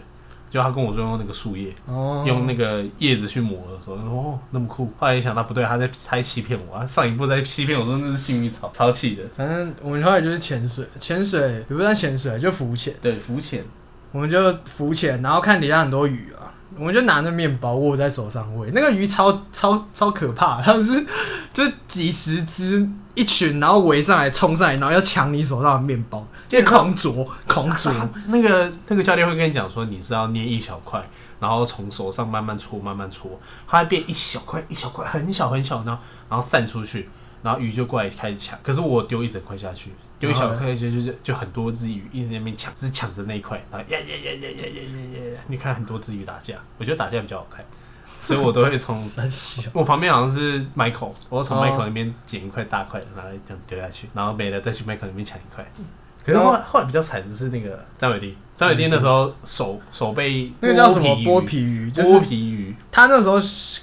[SPEAKER 2] 就他跟我说用那个树叶，
[SPEAKER 1] 哦，
[SPEAKER 2] 用那个叶子去抹的时候，我说哦那么酷。后来一想到不对，他在猜欺骗我，他上一步在欺骗我说那是幸运草，超气的。
[SPEAKER 1] 反正我们后来就是潜水，潜水也不算潜水，就浮潜。
[SPEAKER 2] 对，浮潜，
[SPEAKER 1] 我们就浮潜，然后看底下很多鱼啊，我们就拿那面包握在手上喂，那个鱼超超超可怕，它们是 (laughs) 就是几十只一群，然后围上来冲上来，然后要抢你手上的面包，就狂啄 (laughs) 狂啄。
[SPEAKER 2] (laughs) 那个那个教练会跟你讲说，你是要捏一小块，然后从手上慢慢搓，慢慢搓，它会变一小块一小块，很小很小，然后然后散出去，然后鱼就过来开始抢。可是我丢一整块下去，丢一小块下去就是就很多只鱼一直在那边抢，只抢着那一块，然后呀呀呀呀呀呀呀呀，你看很多只鱼打架，我觉得打架比较好看，所以我都会从
[SPEAKER 1] 三小，
[SPEAKER 2] 我旁边好像是 Michael，我
[SPEAKER 1] 哦
[SPEAKER 2] 从 Michael 那边捡一块大块，然后这样丢下去，然后没了再去 Michael 那边抢一块。可是后来后来比较惨的是那个张伟丁，张伟丁那时候手手被
[SPEAKER 1] 那个叫什么
[SPEAKER 2] 剥
[SPEAKER 1] 剥
[SPEAKER 2] 皮
[SPEAKER 1] 皮鱼，
[SPEAKER 2] 鱼
[SPEAKER 1] 就
[SPEAKER 2] 剥
[SPEAKER 1] 是
[SPEAKER 2] 皮鱼，
[SPEAKER 1] 他那时候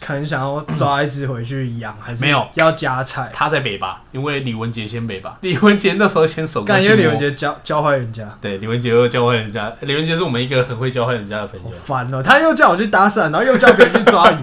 [SPEAKER 1] 可能想要抓一只回去养，还是
[SPEAKER 2] 没有
[SPEAKER 1] 要加菜，
[SPEAKER 2] 他在北吧，因为李文杰先北吧， (laughs) 李文杰那时候先手过
[SPEAKER 1] 感
[SPEAKER 2] 去
[SPEAKER 1] 觉
[SPEAKER 2] 摸
[SPEAKER 1] 李文杰教教坏人家。
[SPEAKER 2] 对李文杰又教坏人家，李文杰是我们一个很会教坏人家的朋
[SPEAKER 1] 好
[SPEAKER 2] 友，
[SPEAKER 1] 烦哦、他又叫我去搭讪，然后又叫别人去抓
[SPEAKER 2] (laughs)
[SPEAKER 1] 鱼，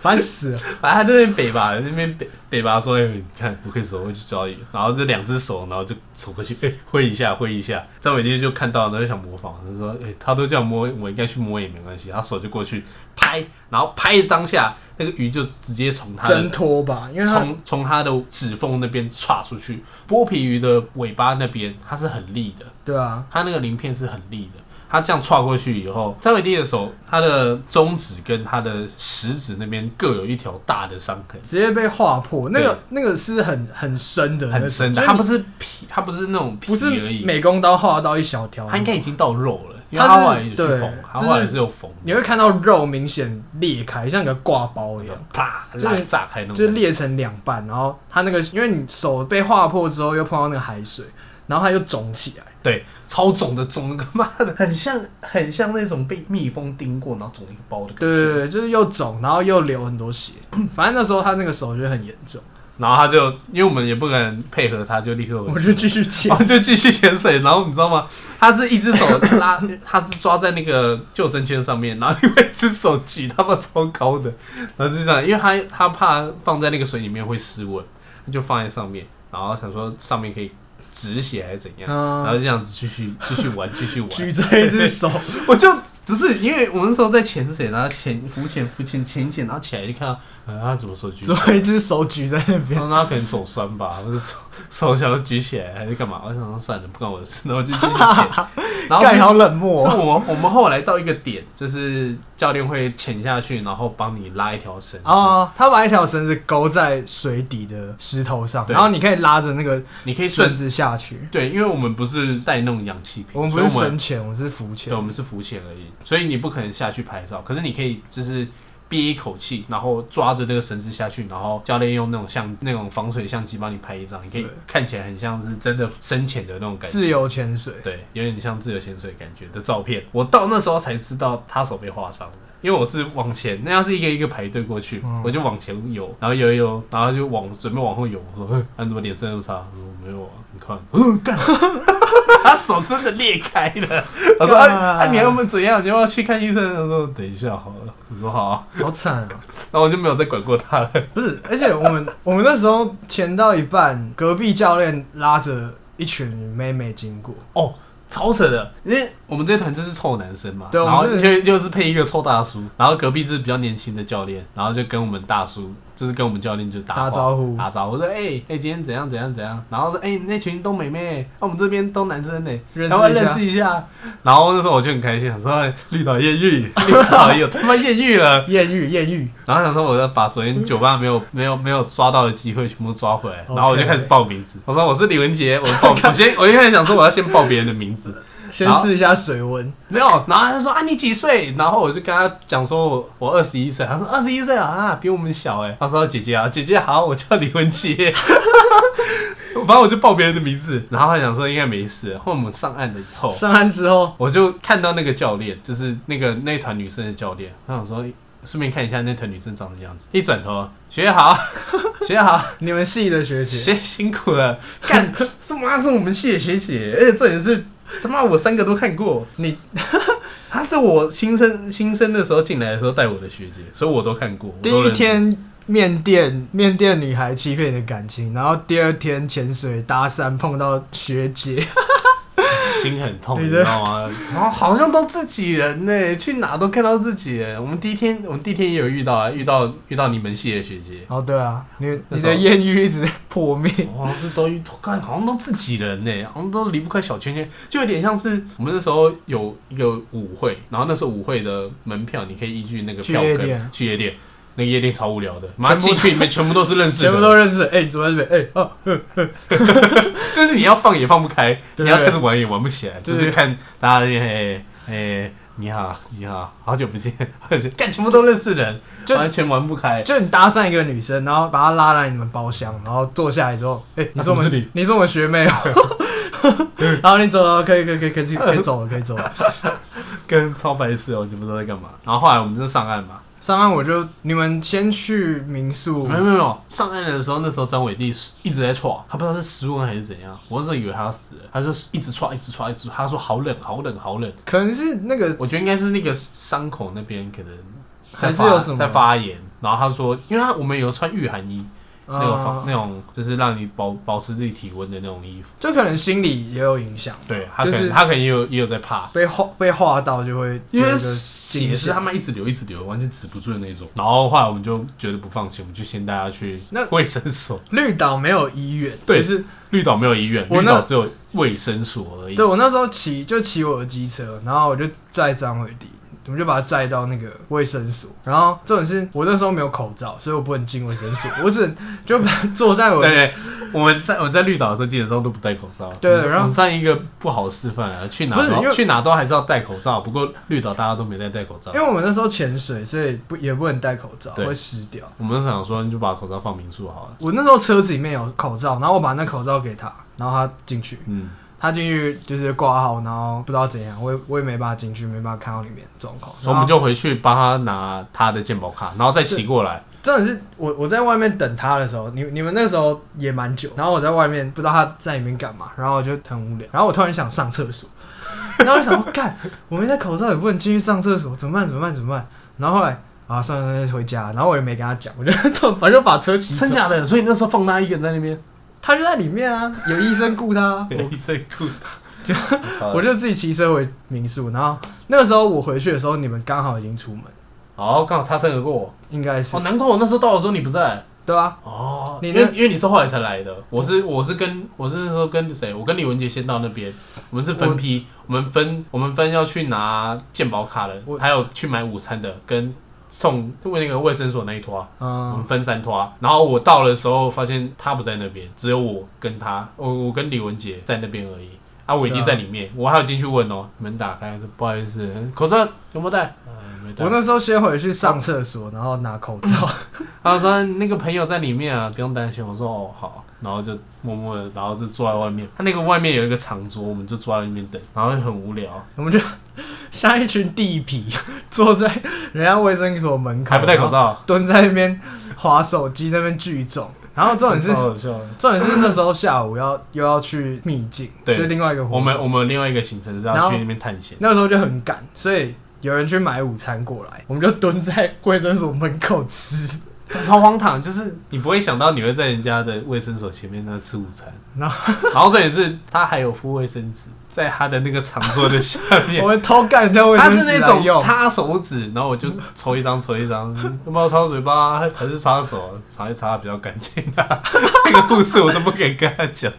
[SPEAKER 1] 烦死了。
[SPEAKER 2] 反正他在那边北吧，那边北北吧说，哎、你看我可以手会去抓鱼，然后这两只手，然后就走过去，哎、挥一下，挥一下。张伟天就看到，然后就想模仿，他说，哎、他都这样摸，我应该去摸也没关系。他手就过去拍，然后拍当下，那个鱼就直接从他
[SPEAKER 1] 挣
[SPEAKER 2] 的
[SPEAKER 1] 脱吧，因为他
[SPEAKER 2] 从从他的指缝那边歘出去。剥皮鱼的尾巴那边它是很利的，
[SPEAKER 1] 对啊，
[SPEAKER 2] 它那个鳞片是很利的。它这样歘过去以后，张伟弟的手，他的中指跟他的食指那边各有一条大的伤痕。
[SPEAKER 1] 直接被划破。那个那个是很很深的那种，
[SPEAKER 2] 很深的，
[SPEAKER 1] 就是
[SPEAKER 2] 它不是皮，它不是那种皮
[SPEAKER 1] 不
[SPEAKER 2] 而
[SPEAKER 1] 是
[SPEAKER 2] 已，
[SPEAKER 1] 美工刀划到一小条，
[SPEAKER 2] 它应该已经到肉了，因为他后来有去
[SPEAKER 1] 对
[SPEAKER 2] 缝，他
[SPEAKER 1] 就是
[SPEAKER 2] 后来是有缝，
[SPEAKER 1] 你会看到肉明显裂开，像个挂包一样，
[SPEAKER 2] 啪
[SPEAKER 1] 就是
[SPEAKER 2] 拉炸开那
[SPEAKER 1] 就是
[SPEAKER 2] 种。
[SPEAKER 1] 裂成两半。然后它那个，因为你手被划破之后，又碰到那个海水，然后它又肿起来。
[SPEAKER 2] 对，超肿的，肿的个妈的，很像很像那种被蜜蜂叮过然后肿一个包的感觉。
[SPEAKER 1] 对对对，就是又肿，然后又流很多血。 (laughs) 反正那时候他那个手就很严重， (laughs)
[SPEAKER 2] 然后他就，因为我们也不敢配合他，就立刻
[SPEAKER 1] 我就继续切
[SPEAKER 2] (laughs) 然。哦后就继续潜水，然后你知道吗？他是一只 (laughs) 手拉，他是抓在那个救生圈上面，然后另外一只手举他妈超高的，然后就这样，因为他他怕放在那个水里面会失温，他就放在上面，然后想说上面可以止血还是怎样，然后
[SPEAKER 1] 嗯，
[SPEAKER 2] 就这样子继续继续玩，继续玩。
[SPEAKER 1] 举着一只
[SPEAKER 2] (laughs)
[SPEAKER 1] 手，
[SPEAKER 2] 我就不是因为我那时候在潜水，然后潜浮潜浮潜潜潜，然后起来就看到，呃，他怎么手举
[SPEAKER 1] 只有一只手举在那边
[SPEAKER 2] 然。后他可能手酸吧，或者手手想要举起来还是干嘛？我想说算了，不关我的事，然后就继续潜。
[SPEAKER 1] (laughs)
[SPEAKER 2] 然后
[SPEAKER 1] 干
[SPEAKER 2] 是
[SPEAKER 1] 好冷漠
[SPEAKER 2] 是
[SPEAKER 1] 哦，
[SPEAKER 2] 我们我们后来到一个点，就是教练会潜下去，然后帮你拉一条绳子，
[SPEAKER 1] 哦，他把一条绳子勾在水底的石头上，
[SPEAKER 2] 对
[SPEAKER 1] 然后你可以拉着那个
[SPEAKER 2] 你可以
[SPEAKER 1] 绳
[SPEAKER 2] 顺。
[SPEAKER 1] 子下去。
[SPEAKER 2] 对，因为我们不是带那种氧气瓶，
[SPEAKER 1] 我们不
[SPEAKER 2] 所以
[SPEAKER 1] 是
[SPEAKER 2] 我们
[SPEAKER 1] 深潜，我是浮潜
[SPEAKER 2] 对，我。们是浮潜而已，所以你不可能下去拍照，可是你可以就是。憋一口气，然后抓着这个绳子下去，然后教练用那种相那种防水相机帮你拍一张，你可以
[SPEAKER 1] 对
[SPEAKER 2] 看起来很像是真的深潜的那种感觉。
[SPEAKER 1] 自由潜水，
[SPEAKER 2] 对，有点像自由潜水感觉的照片。我到那时候才知道他手被划伤了，因为我是往前，那样是一个一个排队过去，
[SPEAKER 1] 嗯
[SPEAKER 2] 我就往前游，然后游一游，然后就往准备往后游。我说：“哼，他、你怎么脸色那么差？”我说：“没有啊，你看，
[SPEAKER 1] (laughs)
[SPEAKER 2] 嗯，干， (laughs) 他手真的裂开了。”我说：“
[SPEAKER 1] 干
[SPEAKER 2] 啊，啊你要不怎样？你要不要去看医生？”他说：“等一下好了。”我说：“好、啊。
[SPEAKER 1] 好惨啊！”
[SPEAKER 2] 然后我就没有再管过他了。
[SPEAKER 1] 不是，而且我们 (laughs) 我们那时候潜到一半，隔壁教练拉着一群妹妹经过，哎
[SPEAKER 2] 哦，超扯的，因为我们这团就是臭男生嘛，
[SPEAKER 1] 对啊
[SPEAKER 2] 然
[SPEAKER 1] 我
[SPEAKER 2] 后
[SPEAKER 1] 们
[SPEAKER 2] 就就是配一个臭大叔，然后隔壁就是比较年轻的教练，然后就跟我们大叔，就是跟我们教练就打
[SPEAKER 1] 打
[SPEAKER 2] 话
[SPEAKER 1] 招呼
[SPEAKER 2] 打招呼说，哎、哎、今天怎样怎样怎样，然后说，哎、那群都妹妹，啊，我们这边都男生呢、
[SPEAKER 1] 认
[SPEAKER 2] 要
[SPEAKER 1] 识一
[SPEAKER 2] 不要认
[SPEAKER 1] 下
[SPEAKER 2] 识。一下？然后那时候我就很开心，想说哎绿岛艳遇， (laughs) 绿岛有他妈艳遇了。
[SPEAKER 1] 艳遇，艳遇，
[SPEAKER 2] 然后想说我要把昨天酒吧没有没有没有抓到的机会全部抓回来，
[SPEAKER 1] OK
[SPEAKER 2] 然后我就开始报名字。我说我是李文杰，我
[SPEAKER 1] (laughs)
[SPEAKER 2] 报我先我一开始想说我要先报别人的名字，
[SPEAKER 1] 先试一下水温。
[SPEAKER 2] 没有，然后他就说啊你几岁？然后我就跟他讲说我我二十一岁，他说二十一岁啊啊，比我们小哎。他说姐姐啊，姐姐好，我叫李文杰。 (laughs) 反正我就报别人的名字，然后他想说应该没事。后来我们上岸了以后，
[SPEAKER 1] 上岸之后，
[SPEAKER 2] 我就看到那个教练，就是那个那团女生的教练，我想说顺便看一下那团女生长什么样子。一转头，学姐好， (laughs) 学姐好，
[SPEAKER 1] 你们系的学姐，
[SPEAKER 2] 学姐辛苦了，干是妈是我们系的学姐，而且重点是他妈我三个都看过， (laughs)
[SPEAKER 1] 你
[SPEAKER 2] 她是我新生新生的时候进来的时候带我的学姐，所以我都看过。我
[SPEAKER 1] 第
[SPEAKER 2] 都认
[SPEAKER 1] 一
[SPEAKER 2] 识，
[SPEAKER 1] 天面店面店女孩欺骗你的感情，然后第二天潜水搭讪碰到学姐，
[SPEAKER 2] 心很痛，
[SPEAKER 1] 你
[SPEAKER 2] 你
[SPEAKER 1] 的
[SPEAKER 2] 知道吗？然后好像都自己人呢、去哪都看到自己人。我们第一天我们第一天也有遇到啊，遇到遇到你们系的学姐。
[SPEAKER 1] 哦对啊，你
[SPEAKER 2] 那
[SPEAKER 1] 你
[SPEAKER 2] 时候
[SPEAKER 1] 的艳遇一直在破灭，
[SPEAKER 2] 好像是都一看，好像都自己人呢，好像都离不开小圈圈，就有点像是我们那时候有一个舞会，然后那时候舞会的门票你可以依据那个票
[SPEAKER 1] 去夜店
[SPEAKER 2] 根去夜店，那个夜店超无聊的，妈
[SPEAKER 1] 全部
[SPEAKER 2] 进去里面全部都是认识
[SPEAKER 1] 全部
[SPEAKER 2] 的，
[SPEAKER 1] 都认识。哎、你坐在这边，哎、哦，
[SPEAKER 2] 就是你要放也放不开，
[SPEAKER 1] (laughs) 对
[SPEAKER 2] 你要开始玩也玩不起来，
[SPEAKER 1] 对
[SPEAKER 2] 只是看大家那边哎哎你好你好，好久不见，好久不见
[SPEAKER 1] (laughs)
[SPEAKER 2] 干全部都认识人，
[SPEAKER 1] 就
[SPEAKER 2] 完全玩不开。
[SPEAKER 1] 就你搭讪一个女生，然后把她拉来你们包厢，然后坐下来之后，哎、你是我
[SPEAKER 2] 啊怎么是
[SPEAKER 1] 们
[SPEAKER 2] 你
[SPEAKER 1] 你是我们学妹哦、然后你走了，可以可以可以可以可以走了，可以走了。
[SPEAKER 2] 跟超白痴哦，我就不知道在干嘛。然后后来我们就上岸嘛，
[SPEAKER 1] 上岸我就你们先去民宿
[SPEAKER 2] 没，有没有没有，上岸的时候，那时候张伟丽一直在踹，他不知道是失温还是怎样，我那时候以为他要死了，他就一直踹，一直踹，一直踹，他说好冷，好冷，好冷。
[SPEAKER 1] 可能是那个
[SPEAKER 2] 我觉得应该是那个伤口那边可能在
[SPEAKER 1] 还是
[SPEAKER 2] 发
[SPEAKER 1] 有什么
[SPEAKER 2] 在发炎，然后他说，因为他我们有穿御寒衣，那种防、
[SPEAKER 1] 呃，
[SPEAKER 2] 那种就是让你保保持自己体温的那种衣服，
[SPEAKER 1] 就可能心理也有影响，
[SPEAKER 2] 对他
[SPEAKER 1] 就
[SPEAKER 2] 可能、
[SPEAKER 1] 是
[SPEAKER 2] 他可能也有也有在怕，
[SPEAKER 1] 被划被划到就会
[SPEAKER 2] 因
[SPEAKER 1] 有
[SPEAKER 2] 为
[SPEAKER 1] 一个
[SPEAKER 2] 血
[SPEAKER 1] 惊
[SPEAKER 2] 是他
[SPEAKER 1] 吓。
[SPEAKER 2] 们一直流一直流，完全止不住的那种。然后后来我们就觉得不放心，我们就先带他去
[SPEAKER 1] 那
[SPEAKER 2] 卫生所。
[SPEAKER 1] 绿岛没有医院，
[SPEAKER 2] 对
[SPEAKER 1] 就是
[SPEAKER 2] 绿岛没有医院，
[SPEAKER 1] 我
[SPEAKER 2] 绿
[SPEAKER 1] 那
[SPEAKER 2] 岛只有卫生所而已
[SPEAKER 1] 对。我那时候骑就骑我的机车，然后我就载张伟迪，我就把他载到那个卫生所。然后重点是我那时候没有口罩，所以我不能进卫生
[SPEAKER 2] (laughs)
[SPEAKER 1] 所，我只能就把他坐在我
[SPEAKER 2] 对对，我们在我们在绿岛的时候，基本上都不戴口罩。
[SPEAKER 1] 对
[SPEAKER 2] 我们
[SPEAKER 1] 然后
[SPEAKER 2] 我们算一个不好的示范啊，去哪
[SPEAKER 1] 不是因
[SPEAKER 2] 都
[SPEAKER 1] 为
[SPEAKER 2] 去哪都还是要戴口罩。不过绿岛大家都没在戴口罩
[SPEAKER 1] 因，为我们那时候潜水，所以不也不能戴口罩，
[SPEAKER 2] 对
[SPEAKER 1] 会湿掉。
[SPEAKER 2] 我们想说你就把口罩放民宿好了。
[SPEAKER 1] 我那时候车子里面有口罩，然后我把那口罩给他，然后他进去，
[SPEAKER 2] 嗯，
[SPEAKER 1] 他进去就是挂号，然后不知道怎样，我也我也没办法进去，没办法看到里面的状况。
[SPEAKER 2] 所以我们就回去帮他拿他的健保卡，然后再骑过来。
[SPEAKER 1] 真的是我我在外面等他的时候，你你们那时候也蛮久，然后我在外面不知道他在里面干嘛，然后我就很无聊，然后我突然想上厕所， (laughs) 然后我想说干，我没戴口罩也不能进去上厕所，怎么办？怎么办？怎么办？然后后来啊，算了算了，就回家，然后我也没跟他讲， (laughs) 我就反正就把车骑走，
[SPEAKER 2] 假的？所以那时候放他一个人在那边，
[SPEAKER 1] 他就在里面啊，有医生雇他啊，
[SPEAKER 2] 医生裤就
[SPEAKER 1] 我我就自己骑车回民宿，然后那个时候我回去的时候，你们刚好已经出门，
[SPEAKER 2] 哦，刚好擦身而过。
[SPEAKER 1] 应该是
[SPEAKER 2] 哦，难怪我那时候到的时候你不在。
[SPEAKER 1] 对吧？
[SPEAKER 2] 哦，
[SPEAKER 1] 你
[SPEAKER 2] 因
[SPEAKER 1] 呢
[SPEAKER 2] 为因为你是后来才来的，我是我是跟我是那时候跟谁，我跟李文杰先到那边，我们是分批，我们分我们分要去拿健保卡的
[SPEAKER 1] 我，
[SPEAKER 2] 还有去买午餐的，跟送为那个卫生所那一拖，我
[SPEAKER 1] 嗯
[SPEAKER 2] 们，分三拖。然后我到的时候发现他不在那边，只有我跟他，我我跟李文杰在那边而已。啊，我已经在里面，我还有进去问哦，门打开，说不好意思，口罩有没有戴？嗯，没戴
[SPEAKER 1] 我。那时候先回去上厕所，然后拿口罩。
[SPEAKER 2] 他说那个朋友在里面啊，不用担心。我说哦好，然后就默默的，然后就坐在外面。他那个外面有一个长桌，我们就坐在里面等，然后很无聊，
[SPEAKER 1] 我们就像一群地痞， (laughs) 坐在人家卫生所门口，
[SPEAKER 2] 还不戴口，罩，
[SPEAKER 1] 蹲在那边划手机，在那边聚众。然后重点是
[SPEAKER 2] 超，好笑的。
[SPEAKER 1] 重点是那时候下午要又要去秘境，
[SPEAKER 2] 对
[SPEAKER 1] 就另外一个活动。
[SPEAKER 2] 我们我们另外一个行程是
[SPEAKER 1] 然
[SPEAKER 2] 要
[SPEAKER 1] 后
[SPEAKER 2] 去那边探险，
[SPEAKER 1] 那时候就很赶，所以有人去买午餐过来，我们就蹲在卫生所门口
[SPEAKER 2] (laughs)
[SPEAKER 1] 吃。
[SPEAKER 2] 超荒唐。就是你不会想到你会在人家的卫生所前面那吃午餐，
[SPEAKER 1] 然
[SPEAKER 2] 后然后这也是他还有敷卫生纸在他的那个长桌的下面 (laughs)
[SPEAKER 1] 我。们偷干人家卫
[SPEAKER 2] 他
[SPEAKER 1] 生
[SPEAKER 2] 是
[SPEAKER 1] 纸
[SPEAKER 2] 那
[SPEAKER 1] 来用
[SPEAKER 2] 种，擦手指，然后我就抽一张抽一
[SPEAKER 1] (laughs)
[SPEAKER 2] 张，他妈擦嘴巴才是擦手，擦一擦比较干净啊。 (laughs) 那个护士我都不敢跟他讲，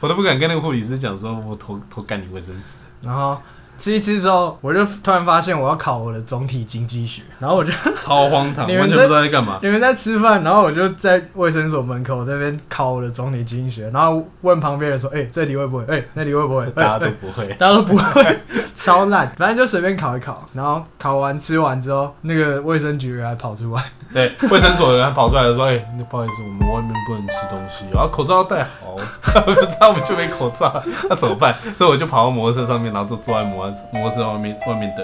[SPEAKER 2] 我都不敢跟那个护理师讲，说我偷偷干你卫生纸。
[SPEAKER 1] 然后吃一吃之后，我就突然发现我要考我的总体经济学，然后我就
[SPEAKER 2] 超荒唐，
[SPEAKER 1] 你
[SPEAKER 2] 完
[SPEAKER 1] 们
[SPEAKER 2] 全不知道在干嘛。
[SPEAKER 1] 你们在吃饭，然后我就在卫生所门口这边考我的总体经济学，然后问旁边人说：“哎、这题会不会？哎、那题会不会？”哎、
[SPEAKER 2] (laughs) 大家都
[SPEAKER 1] 哎
[SPEAKER 2] 不会，
[SPEAKER 1] 大家都不会， (laughs) 超烂。反正就随便考一考，然后考完吃完之后，那个卫生局人还跑出来，
[SPEAKER 2] 对卫生所的人还跑出来说：“哎、那不好意思，我们外面不能吃东西，然、后口罩要戴好。” (laughs) 不知道我们就没口罩，那怎么办？所以我就跑到摩托车上面，然后就坐在摩托车摩托车外面外面等。